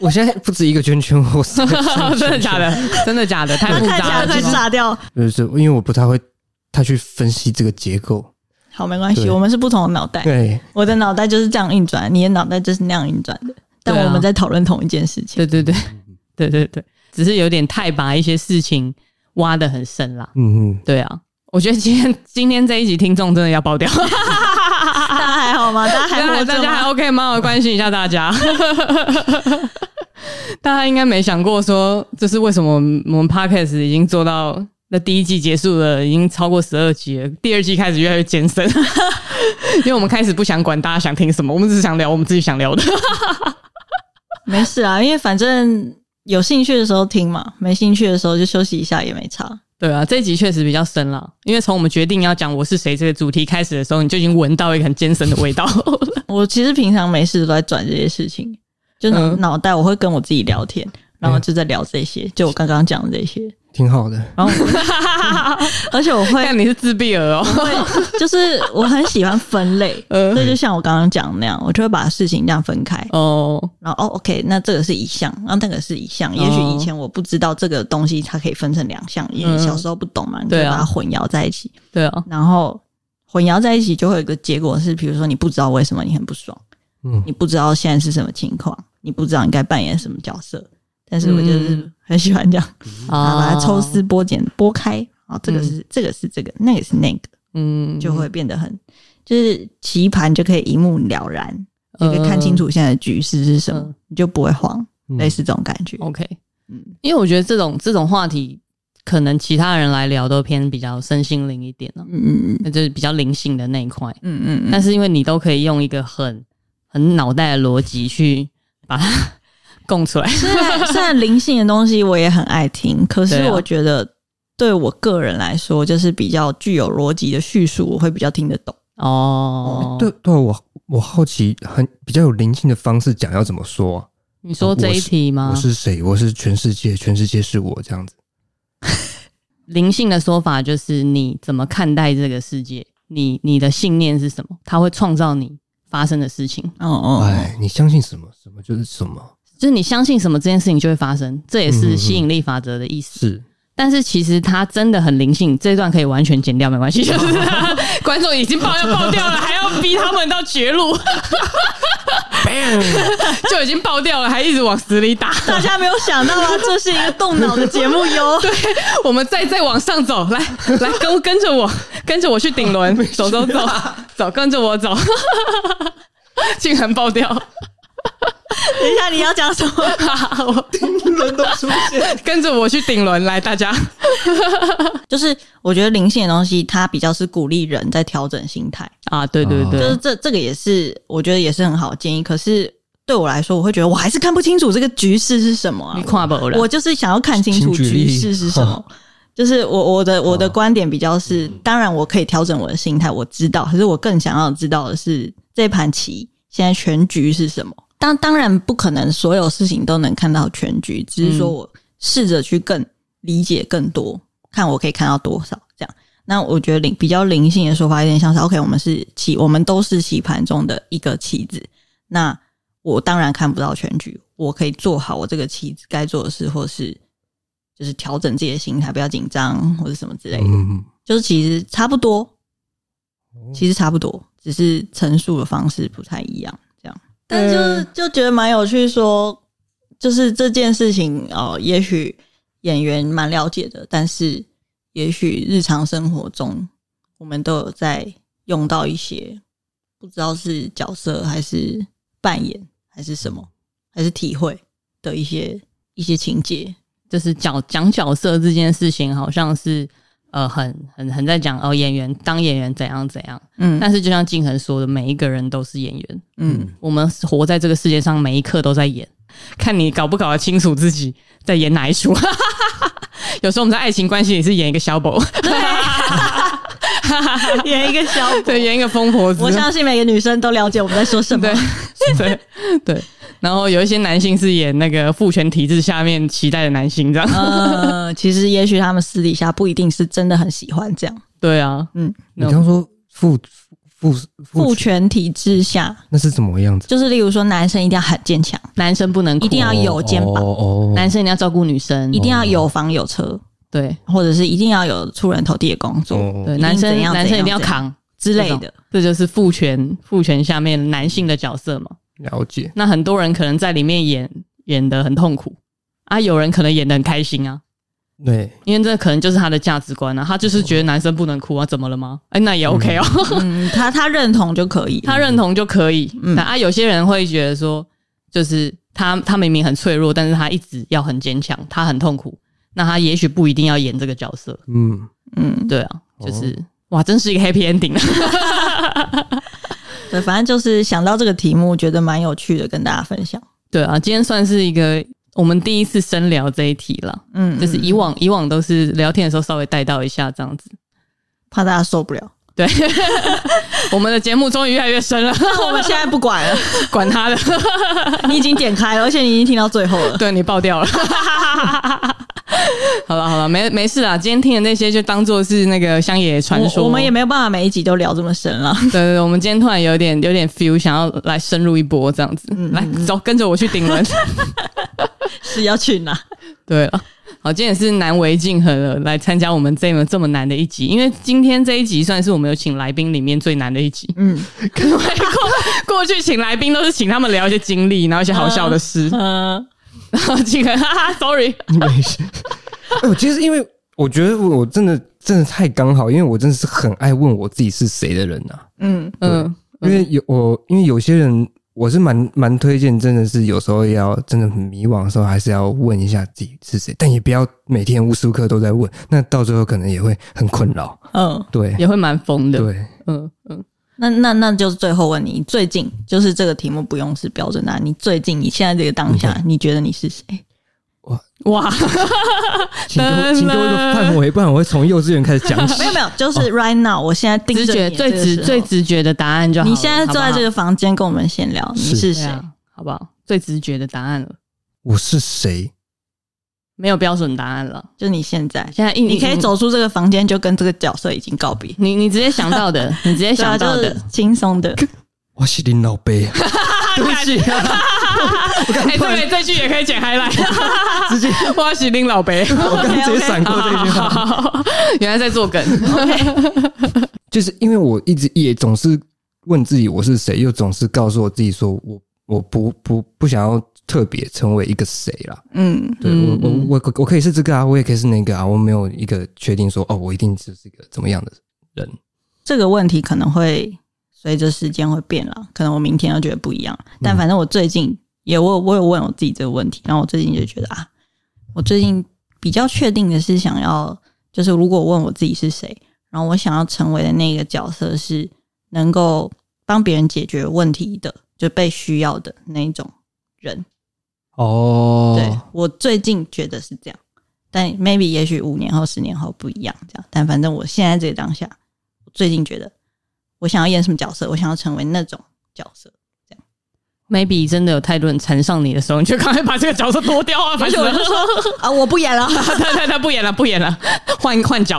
S3: 我现在不止一个圈圈，我
S1: 真的假的？真的假的？太复
S2: 看起
S1: 杂
S2: 来
S1: 了
S2: 快。炸掉。
S3: 就是因为我不太会太去分析这个结构。
S2: 好，没关系，
S3: 对
S2: 我们是不同的脑袋。
S3: 对，
S2: 我的脑袋就是这样运转，你的脑袋就是那样运转的。但
S1: 对啊
S2: 我们在讨论同一件事情。
S1: 对对对对对对，只是有点太把一些事情挖得很深啦。
S3: 嗯嗯，
S1: 对啊，我觉得今天今天这一集听众真的要爆掉，
S2: 大家啊还 好吗？大家还活
S1: 大
S2: 着
S1: 家还
S2: 吗？
S1: OK 吗？我关心一下大家。 大家应该没想过说，这是为什么我们我们 podcast 已经做到那第一季结束了，已经超过十二集了，第二季开始越来越艰深， 因为我们开始不想管大家想听什么，我们只是想聊我们自己想聊的。
S2: 没事啊，因为反正有兴趣的时候听嘛，没兴趣的时候就休息一下也没差。
S1: 对啊，这一集确实比较深了，因为从我们决定要讲我是谁这个主题开始的时候，你就已经闻到一个很艰深的味 道。
S2: 我其实平常没事都在转这些事情，就脑
S1: 嗯
S2: 脑袋我会跟我自己聊天，然后就在聊这些，就我刚刚讲的这些，
S3: 挺好的。
S2: 然后我而且我 会
S1: 看你是自闭儿哦，
S2: 会就是我很喜欢分类。
S1: 呃
S2: 所以就像我刚刚讲的那样，我就会把事情这样分开，
S1: 哦，
S2: 然后哦，OK，那这个是一项，然后那个是一项。也许以前我不知道这个东西它可以分成两项，因为
S1: 嗯
S2: 小时候不懂嘛，你就
S1: 对啊
S2: 把它混淆在一起，
S1: 对啊，
S2: 然后混淆在一起就会有一个结果是，比如说你不知道为什么你很不爽，
S3: 嗯
S2: 你不知道现在是什么情况，你不知道你该扮演什么角色。但是我就是
S1: 嗯
S2: 很喜欢这样，然后把它抽丝
S1: 丝，
S2: 剥茧、剥开，然后这个是、这个是这个，那个是那个，
S1: 嗯
S2: 就会变得很就是棋盘就可以一目了然，就可以看清楚现在的局势是什么，
S1: 嗯哦
S2: 你就不会慌，
S3: 嗯
S2: 类似这种感觉。
S1: OK，
S2: 嗯
S1: 因为我觉得这种这种话题，可能其他人来聊都偏比较身心灵一点了、
S2: 嗯嗯
S1: 那就是比较灵性的那一块。
S2: 嗯嗯
S1: 但是因为你都可以用一个很很脑袋的逻辑去把它 供出来，
S2: 虽然虽然灵性的东西我也很爱听，可是
S1: 对啊
S2: 我觉得对我个人来说，就是比较具有逻辑的叙述，我会比较听得懂。
S1: 哦，
S3: 对，对啊，我我好奇，很比较有灵性的方式讲要怎么说啊、
S1: 你说这一题吗
S3: 我？是谁？我是全世界，全世界是我这样子。
S1: 灵性的说法就是你怎么看待这个世界，你你的信念是什么，它会创造你发生的事情。
S2: 哦哦
S3: 哎，你相信什么，什么就是什么。
S1: 就是你相信什么，这件事情就会发生，这也是吸引力法则的意思。
S3: 是，
S1: 但是其实它真的很灵性，这一段可以完全剪掉，没关系。就是 观众已经爆要爆掉了，还要逼他们到绝路， 就已经爆掉了，还一直往死里打。
S2: 大家没有想到啊，这是一个动脑的节目 哟。对，
S1: 我们再再往上走，来来跟跟着我，跟着我去顶轮，走走走走，跟着我走，竟然爆掉，
S2: 等一下你要讲什么？
S1: 我
S3: 人都出现。
S1: 跟着我去顶轮，来大家，
S2: 就是我觉得灵性的东西，它比较是鼓励人在调整心态，
S1: 啊，对对
S3: 哦
S1: 对，
S2: 就是这这个也是我觉得也是很好的建议。可是对我来说，我会觉得我还是看不清楚这个局势是什么啊
S1: 你。跨步了，
S2: 我就是想要看清楚
S3: 请举
S2: 局
S3: 例
S2: 势是什么。 就是我我的我的观点比较是，当然我可以调整我的心态，我知道，可是我更想要知道的是这盘棋现在全局是什么。当当然不可能所有事情都能看到全局，只是说我试着去更理解更多，看我可以看到多少这样。那我觉得灵比较灵性的说法有点像是，OK，我们是棋，我们都是棋盘中的一个棋子。那我当然看不到全局，我可以做好我这个棋子该做的事，或是就是调整自己的心态，不要紧张或者什么之类的。
S3: 嗯，
S2: 就是其实差不多，其实差不多，只是陈述的方式不太一样，这样。但就是就觉得蛮有趣说就是这件事情哦、呃也许演员蛮了解的，但是也许日常生活中我们都有在用到一些，不知道是角色还是扮演还是什么，还是体会的一些一些情节。
S1: 就是角讲角色这件事情，好像是呃很很很在讲哦演员当演员怎样怎样，
S2: 嗯
S1: 但是就像静恒说的，每一个人都是演员，
S2: 嗯，
S1: 我们活在这个世界上，每一刻都在演，看你搞不搞得清楚自己在演哪一出。 有时候我们在爱情关系里是演一个小宝，
S2: 演一个小鬼
S1: 对，演一个疯婆子。
S2: 我相信每个女生都了解我们在说什么
S1: 对。 对对，然后有一些男性是演那个父权体制下面期待的男性，这样。
S2: 呃， 其实也许他们私底下不一定是真的很喜欢这样。
S1: 对啊，
S2: 嗯，
S3: 你刚说父父
S2: 父
S3: 父
S2: 权体制下，
S3: 那是怎么样子？
S2: 就是例如说，男生一定要很坚强，
S1: 男生不能哭
S2: 一定要有肩膀
S3: 哦，
S1: 男生一定要照顾女生
S2: 一，定要有房有车，
S1: 对
S2: 或者是一定要有出人头地的工作、
S3: 哦
S1: 对，
S2: 一定
S1: 男生
S2: 怎样
S1: 男
S2: 怎
S1: 生一
S2: 样
S1: 定要
S2: 怎样
S1: 扛
S2: 之类的。，
S1: 这就是父权父权下面男性的角色嘛。
S3: 了解，
S1: 那很多人可能在里面演演的很痛苦啊，有人可能演的很开心啊，
S3: 对，
S1: 因为这可能就是他的价值观啊，他就是觉得男生不能哭啊，怎么了吗？哎、那也 OK 哦，
S2: 嗯，他他认同就可以。
S1: 他认同就可以。
S2: 嗯
S1: 那啊，有些人会觉得说，就是他他明明很脆弱，但是他一直要很坚强，他很痛苦，那他也许不一定要演这个角色。
S3: 嗯，
S2: 嗯，
S1: 对啊，就是、哇，真是一个 happy ending 啊！
S2: 对，反正就是想到这个题目，觉得蛮有趣的，跟大家分享。
S1: 对啊，今天算是一个我们第一次深聊这一题了，
S2: 嗯，
S1: 就是以往以往都是聊天的时候稍微带到一下这样子。
S2: 怕大家受不 了，
S1: 对，我们的节目终于越来越深了，
S2: 那我们现在不管了，
S1: 管他的，
S2: 你已经点开了，而且你已经听到最后了。
S1: 对你爆掉了。 好了好了，没没事啦，今天听的那些就当做是那个乡野传说
S2: 我我们也没有办法每一集都聊这么深了。
S1: 对对对，我们今天突然有点有点 feel，想要来深入一波这样子，
S2: 嗯
S1: 来走，跟着我去顶轮。
S2: 是要去 哪？
S1: 对了，好，今天也是难为尽和了，来参加我们这么这么难的一集，因为今天这一集算是我们有请来宾里面最难的一集。
S2: 嗯
S1: 因为过过去请来宾都是请他们聊一些经历，然后一些好笑的事，
S2: 嗯、
S1: 然后这个哈哈，sorry，
S3: 没事。 哎，我其实因为我觉得我真的真的太刚好，因为我真的是很爱问我自己是谁的人啊。
S2: 嗯，
S1: 嗯，
S3: 因为有我，因为有些人我是蛮蛮推荐，真的是有时候要真的很迷惘的时候，还是要问一下自己是谁，但也不要每天无时无刻都在问，那到最后可能也会很困扰。
S2: 嗯，
S3: 对
S1: 也会蛮疯的，
S3: 对，
S1: 嗯嗯，
S2: 那那那就是最后问你，最近就是这个题目不用是标准答案，你最近你现在这个当
S1: 嗯
S2: 下，你觉得你是谁？
S1: 哇，
S3: 请给我请给我一个范围，不然我会从幼稚园开始讲起
S2: 嗯没。有没有，就是 right now，我现在盯
S1: 哦直
S2: 着
S1: 觉
S2: 你啊
S1: 最
S2: 这个
S1: 直
S2: 时候
S1: 最，直觉的答案就好了。
S2: 你现在坐在这
S1: 个
S2: 个房间跟我们闲聊，你
S3: 是
S2: 是
S1: 对
S2: 谁？
S1: 啊，好不好？最直觉的答案了，
S3: 我是谁？
S1: 没有标准答案了。
S2: 就你现在，
S1: 现在硬
S2: 你可以，走出这个房间，就跟这个角色已经告别。
S1: 你你直接想到 的，你直接
S2: 对啊，
S1: 想
S2: 啊就
S1: 到的
S2: 是。轻 松的，
S3: 我是林老 贝，
S1: 对不起， 哎，对，这句也可以剪 highlight。
S3: 直接
S1: 我喜林老 北，
S3: 我刚刚直接闪过这句话。
S1: 好 原来在做梗。
S3: 就是因为我一直也总是问自己我是谁，又总是告诉我自己说我我不不不想要特别成为一个谁啦。
S2: 嗯
S3: 对我
S1: 嗯
S3: 我
S1: 嗯
S3: 我我可以是这个啊，我也可以是那个啊，我没有一个确定说哦，我一定就是一个怎么样的人。
S2: 这个问题可能会随着时间会变了，可能我明天又觉得不一样。但反正我最近也我有我有问我自己这个问题，然后我最近就觉得啊，我最近比较确定的是想要，就是如果问我自己是谁，然后我想要成为的那个角色是能够帮别人解决问题的，就被需要的那一种人。
S3: 哦
S2: 对我最近觉得是这样，但 maybe 也许五年后、十年后不一样，这样。但反正我现在这个当下，我最近觉得我想要演什么角色，我想要成为那种角色。
S1: maybe 真的有太多人缠上你的时候，你就赶快把这个角色脱掉啊！
S2: 而
S1: 反
S2: 且
S1: 正
S2: 我就说 啊，我不演了。
S1: 他他他不演了，不演了，换换角。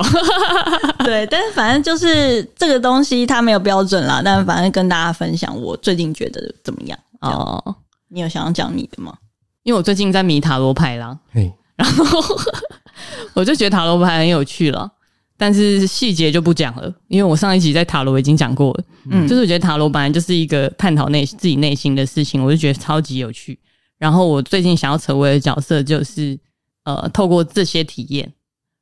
S2: 对，但是反正就是这个东西它没有标准啦，但反正跟大家分享我最近觉得怎么样。哦，
S1: 哦，
S2: 你有想要讲你的吗？
S1: 因为我最近在迷塔罗牌啦，
S3: 嘿，
S1: 然后我就觉得塔罗牌很有趣了，但是细节就不讲了，因为我上一集在塔罗已经讲过了。
S2: 嗯
S1: 就是我觉得塔罗本来就是一个探讨内自己内心的事情，我就觉得超级有趣。然后我最近想要成为的角色就是，呃，透过这些体验，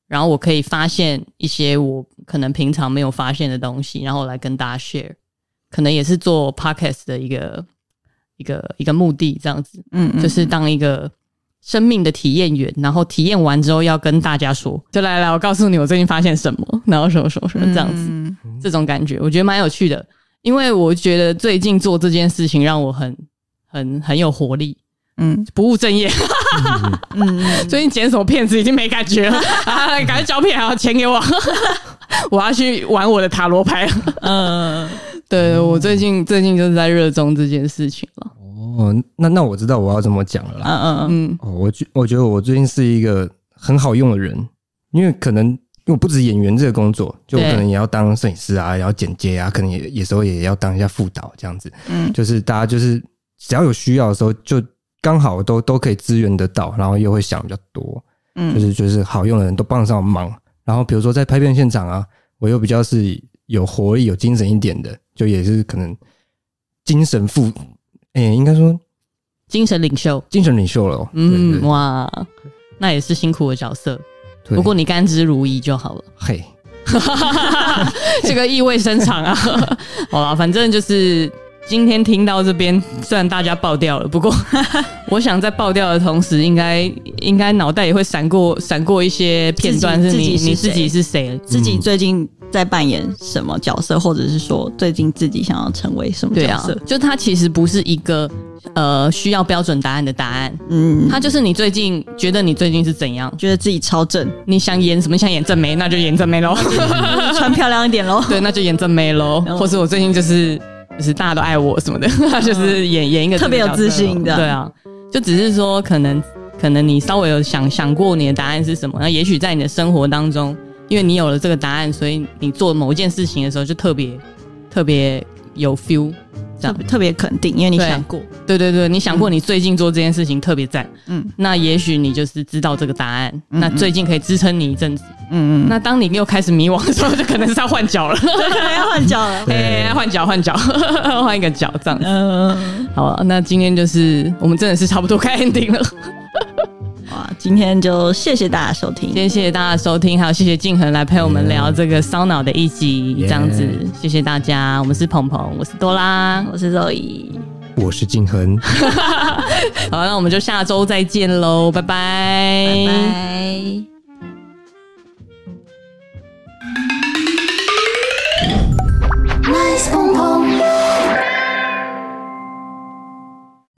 S1: 然后我可以发现一些我可能平常没有发现的东西，然后来跟大家 share，可能也是做 podcast 的一个一个一个目的，这样子。
S2: 嗯嗯
S1: 就是当一个生命的体验员，然后体验完之后要跟大家说，就来来，我告诉你我最近发现什么， 然后什么什么什么这样子，
S2: 嗯
S1: 这种感觉我觉得蛮有趣的，因为我觉得最近做这件事情让我很很很有活力，
S2: 嗯
S1: 不务正 业，
S2: 嗯嗯，
S1: 最近捡什么骗子已经没感觉了 啊，赶快交片，还要钱给我， 我要去玩我的塔罗牌了。
S2: 嗯
S1: 对我最近最近就是在热衷这件事情了，
S3: 哦，那那我知道我要怎么讲了啦。
S2: 嗯嗯，
S1: 嗯
S3: 哦，我觉我觉得我最近是一个很好用的人，因为可能因为我不止演员这个工作，就我
S1: 对
S3: 可能也要当摄影师啊，然后剪接啊，可能也有时候也要当一下副导这样子。
S2: 嗯
S3: 就是大家就是只要有需要的时候，就刚好都都可以支援得到，然后又会想比较多，
S2: 嗯，
S3: 就是就是好用的人都帮得上忙。然后比如说在拍片现场啊，我又比较是有活力、有精神一点的，就也是可能精神富，哎、应该说
S1: 精神领袖，
S3: 精神领袖了、哦。
S1: 嗯
S3: 对对
S1: 哇，那也是辛苦的角色。
S3: 对
S1: 不过你甘之如饴就好 了，
S3: 嘿，
S1: 这个意味深 长啊。好啦，反正就是今天听到这边，虽然大家爆掉了，不过 我想在爆掉的同时，应该应该脑袋也会闪过闪过一些片段，
S2: 自
S1: 是你
S2: 己
S1: 你
S2: 自己是谁
S1: 自己是谁？
S2: 自己最
S1: 嗯
S2: 近在扮演什么角色，或者是说最近自己想要成为什么
S1: 对
S2: 角
S1: 啊
S2: 色？，
S1: 就它其实不是一个呃需要标准答案的答案，
S2: 嗯，
S1: 它就是你最近觉得你最近是怎样，
S2: 觉得自己超 正，
S1: 你想演什么？你想演正妹，那就演正妹喽。
S2: 穿漂亮一点 喽。
S1: 对，那就演正妹喽，
S2: 嗯
S1: 或是我最近就是就是大家都爱我什么的， 就是演演一个
S2: 嗯特别有
S1: 这个角色
S2: 自信的
S1: 对啊，就只是说可能可能你稍微有想想过你的答案是什么，那也许在你的生活当中，因为你有了这个答案，所以你做某一件事情的时候就特别特别有 feel。这
S2: 特
S1: 样
S2: 别特别肯定，因为你
S1: 对
S2: 想过，
S1: 对对对，你想过你最近做这件事情特别赞，
S2: 嗯
S1: 那也许你就是知道这个答案，
S2: 嗯
S1: 那
S2: 嗯
S1: 最近可以支撑你一阵子。
S2: 嗯嗯，
S1: 那当你又开始迷惘的时候，就可能是要换脚了。
S2: 那 要换脚 了，
S3: 对
S1: 哎，换脚换脚， 换一个脚这样子。
S2: 嗯，
S1: 好了，那今天就是我们真的是差不多该 ending 了。
S2: 哇，今天就谢谢大家收听
S1: 今，天谢谢大家的收听，还有谢谢静恒来陪我们聊这个烧脑的一集，这样子
S3: Yeah
S1: 谢谢大家。我们是鹏鹏，我是多拉。
S2: 我是肉姨，
S3: 我是静恒。
S1: 好，那我们就下周再见喽，拜拜
S2: 拜拜。